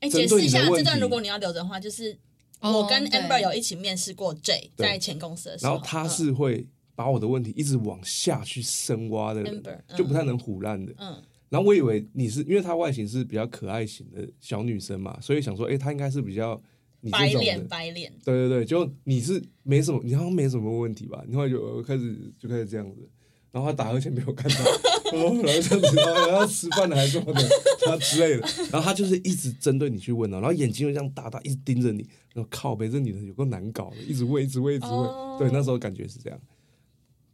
Speaker 4: 哎，
Speaker 1: 针
Speaker 4: 解
Speaker 1: 对
Speaker 4: 释
Speaker 1: 你
Speaker 4: 一
Speaker 1: 的
Speaker 4: 下
Speaker 1: 问
Speaker 4: 这段，
Speaker 1: 题
Speaker 4: 如果你要留着的话，就是
Speaker 3: 哦
Speaker 4: 我跟
Speaker 3: 对
Speaker 4: Amber 有一起面试过 J，
Speaker 1: 对
Speaker 4: 在前公司的时
Speaker 1: 然
Speaker 4: 候，
Speaker 1: 后他
Speaker 4: 嗯
Speaker 1: 是会把我的问题一直往下去深挖的人
Speaker 4: Amber，，嗯
Speaker 1: 就不太能唬烂的。
Speaker 4: 嗯
Speaker 1: 然后我以为你是因为她外形是比较可爱型的小女生嘛，所以想说，哎，她应该是比较你
Speaker 4: 嗯白
Speaker 1: 这种
Speaker 4: 脸
Speaker 1: 的。
Speaker 4: 白脸，
Speaker 1: 对对对，就你是没什么，你好像没什么问题吧？你后来就呃开始就开始这样子，然后他打呵欠没有看到， 然后然后这样子，然后然后吃饭了还是什么的，他之类的，然后他就是一直针对你去问哦，然后眼睛又这样大大一直盯着你，然后靠北这女的有够难搞的，一直问一直问一直问，
Speaker 4: 哦
Speaker 1: 对，那时候感觉是这样，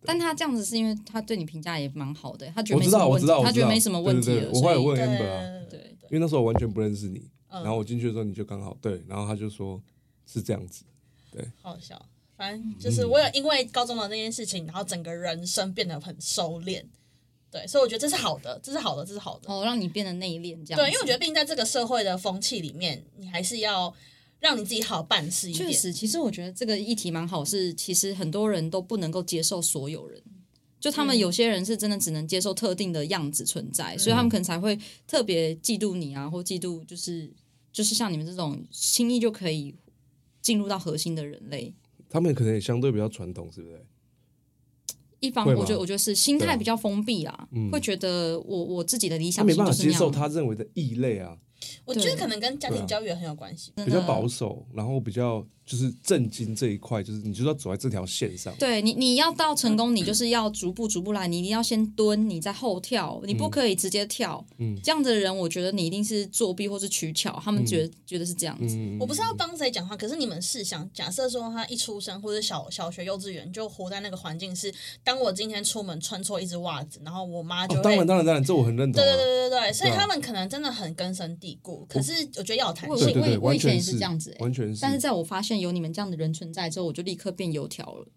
Speaker 3: 但他这样子是因为他对你评价也蛮好的，他觉
Speaker 1: 我
Speaker 3: 得没
Speaker 1: 知
Speaker 3: 什么
Speaker 1: 道我
Speaker 3: 问
Speaker 1: 知
Speaker 3: 题
Speaker 1: 道，我
Speaker 3: 他
Speaker 1: 知
Speaker 3: 觉
Speaker 1: 道，
Speaker 3: 得没什么问题
Speaker 1: 对对
Speaker 3: 了。
Speaker 1: 对我后来
Speaker 3: 所以
Speaker 1: 问
Speaker 4: 对
Speaker 1: Amber 啊，
Speaker 3: 对
Speaker 1: 因为那时候我完全不认识你，
Speaker 4: 嗯
Speaker 1: 然后我进去的时候你就刚好对，然后他就说是这样子，
Speaker 4: 好笑。反正就是我有因为高中的那件事情，然后整个人生变得很收敛，对，所以我觉得这是好的，这是好的，这是好的。
Speaker 3: 哦，让你变得内敛这样子。
Speaker 4: 对，因为我觉得，毕竟在这个社会的风气里面，你还是要让你自己好办事一点。
Speaker 3: 确实，其实我觉得这个议题蛮好，是其实很多人都不能够接受所有人。就他们
Speaker 4: 嗯
Speaker 3: 有些人是真的只能接受特定的样子存在，所
Speaker 1: 嗯
Speaker 3: 以他们可能才会特别嫉妒你啊，或嫉妒就是就是像你们这种轻易就可以进入到核心的人类。
Speaker 1: 他们可能也相对比较传统，是不是？
Speaker 3: 一方，
Speaker 1: 会吗
Speaker 3: 我觉得我觉得是心
Speaker 1: 对啊嗯
Speaker 3: 态比较封闭啊，会觉得我我自己的理
Speaker 1: 他
Speaker 3: 想
Speaker 1: 没
Speaker 3: 型
Speaker 1: 办
Speaker 3: 就
Speaker 1: 法
Speaker 3: 是
Speaker 1: 接
Speaker 3: 那样。啊
Speaker 1: 受他认为的异类啊，
Speaker 4: 我觉得
Speaker 3: 对
Speaker 4: 可能跟家
Speaker 1: 对啊
Speaker 4: 庭教育也很有关系。
Speaker 3: 真
Speaker 1: 比
Speaker 3: 的
Speaker 1: 较保守，然后比较就是震惊这一块，就是你就是要走在这条线上。
Speaker 3: 对你，你要到成功，你就是要逐步逐步来，你一定要先蹲，你再后跳，你不可以直接跳。
Speaker 1: 嗯
Speaker 3: 这样的人，我觉得你一定是作弊或是取巧，他们觉得、觉得是这样子。
Speaker 1: 嗯，
Speaker 4: 我不是要帮谁讲话，可是你们试想，假设说他一出生或者小小学、幼稚园就活在那个环境是，当我今天出门穿错一只袜子，然后我妈就
Speaker 1: 哦，
Speaker 4: 会、
Speaker 1: 当然当然当然，这我很认同、
Speaker 4: 对
Speaker 1: 啊。
Speaker 4: 对对对对，所以
Speaker 1: 对啊
Speaker 4: 他们可能真的很根深蒂固。可是我觉得要有弹
Speaker 3: 我
Speaker 1: 对
Speaker 4: 性，
Speaker 1: 对对，
Speaker 3: 我我
Speaker 1: 完
Speaker 3: 以前
Speaker 1: 全
Speaker 3: 也是这样子欸
Speaker 1: 完全是。
Speaker 3: 但是在我发现有你们这样的人存在之后，我就立刻变油条了。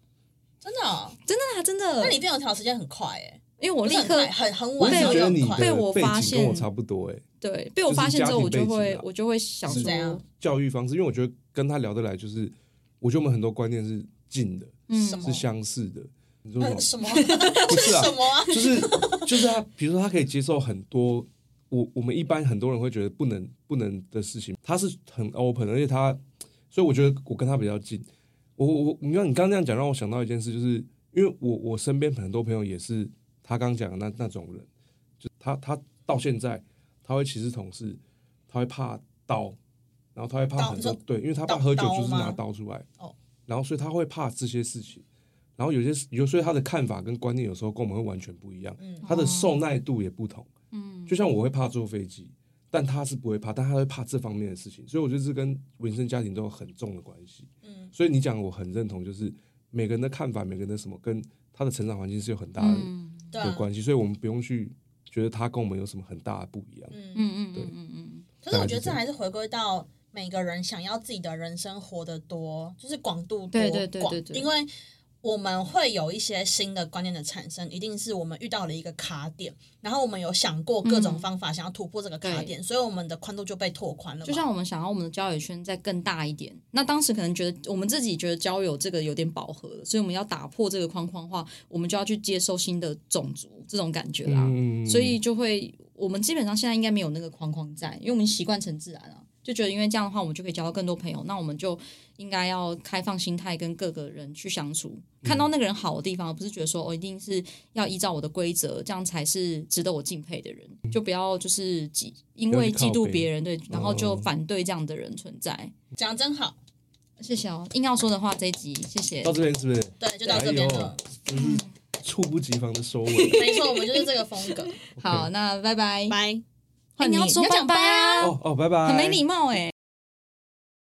Speaker 4: 真的哦、
Speaker 3: 真的啊，真的。
Speaker 4: 那你变油条时间很快哎、
Speaker 3: 因为我
Speaker 4: 不
Speaker 3: 立
Speaker 4: 是很
Speaker 3: 刻
Speaker 4: 快很很
Speaker 1: 我
Speaker 4: 晚，
Speaker 1: 只
Speaker 4: 然
Speaker 3: 对
Speaker 1: 是
Speaker 4: 后
Speaker 1: 觉
Speaker 4: 又
Speaker 1: 得
Speaker 4: 很
Speaker 1: 你
Speaker 4: 快
Speaker 3: 被
Speaker 1: 的
Speaker 3: 我
Speaker 1: 背
Speaker 3: 发
Speaker 1: 景跟我
Speaker 3: 现
Speaker 1: 差不多哎、
Speaker 3: 对被我发现之后，我就
Speaker 1: 啊
Speaker 3: 会我就会想
Speaker 4: 是
Speaker 3: 说
Speaker 4: 这样，
Speaker 1: 教育方式，因为我觉得跟他聊得来，就是我觉得我们很多观念是近的，
Speaker 3: 嗯
Speaker 4: 什，么
Speaker 1: 是相似的。你说
Speaker 4: 呃
Speaker 1: 什
Speaker 4: 什么
Speaker 1: 么？不是啊
Speaker 4: 什，么啊？
Speaker 1: 就是就是他，比如说他可以接受很多我我们一般很多人会觉得不能不能的事情，他是很 open，而且他，所以我觉得我跟他比较近。我我我你看你刚刚这样讲，让我想到一件事，就是因为我我身边很多朋友也是他刚讲的那那种人，就他他到现在他会歧视同事，他会怕刀，然后他会怕
Speaker 4: 刀
Speaker 1: 很
Speaker 4: 你
Speaker 1: 多
Speaker 4: 说
Speaker 1: 对，因为他
Speaker 4: 刀
Speaker 1: 爸喝酒
Speaker 4: 刀
Speaker 1: 就是拿
Speaker 4: 吗
Speaker 1: 刀出来，
Speaker 4: 哦
Speaker 1: 然后所以他会怕这些事情。然后有些有，所以他的看法跟观念有时候跟我们会完全不一样，他的受耐度也不同。嗯，就像我会怕坐飞机，但他是不会怕，但他会怕这方面的事情，所以我觉得这跟原生家庭都有很重的关系。嗯，所以你讲我很认同，就是每个人的看法，每个人的什么，跟他的成长环境是有很大的、
Speaker 3: 嗯
Speaker 4: 对
Speaker 1: 的
Speaker 4: 啊，
Speaker 1: 关系，所以我们不用去觉得他跟我们有什么很大的不一样。
Speaker 3: 嗯嗯嗯嗯嗯，
Speaker 4: 可是我觉
Speaker 1: 大概是这
Speaker 4: 得这
Speaker 1: 样
Speaker 4: 还是回归到每个人想要自己的人生活得多，就是广度多
Speaker 3: 对对对
Speaker 4: 广
Speaker 3: 对对
Speaker 4: 因为我们会有一些新的观念的产生，一定是我们遇到了一个卡点，然后我们有想过各
Speaker 3: 嗯
Speaker 4: 种方法想要突破这个卡点，所以我们的宽度就被拓宽了嘛。
Speaker 3: 就像我们想要我们的交友圈再更大一点，那当时可能觉得我们自己觉得交友这个有点饱和了，所以我们要打破这个框框的话，我们就要去接受新的种族这种感觉啦。
Speaker 1: 嗯
Speaker 3: 所以就会我们基本上现在应该没有那个框框在，因为我们习惯成自然啊，就觉得因为这样的话，我们就可以交到更多朋友，那我们就应该要开放心态跟各个人去相处，
Speaker 1: 嗯
Speaker 3: 看到那个人好的地方，而不是觉得说哦，一定是要依照我的规则，这样才是值得我敬佩的人，
Speaker 1: 嗯
Speaker 3: 就不要就是嫉因为嫉妒别人对，然后就反对这样的人存在。
Speaker 4: 讲得真好，
Speaker 3: 谢谢哦，硬要说的话这一集谢谢
Speaker 1: 到。这边是不是？
Speaker 4: 对，就到这边了。
Speaker 1: 哎呦，就是猝不及防的收尾。
Speaker 4: 没错，我们就是这个风 格。
Speaker 3: 好，那拜拜。
Speaker 4: 拜，
Speaker 3: 哎你要说
Speaker 4: 你要
Speaker 3: 拜
Speaker 4: 讲拜
Speaker 3: 拜
Speaker 4: 啊
Speaker 3: 啊，
Speaker 1: 哦哦，拜拜。
Speaker 3: 很没礼貌哎、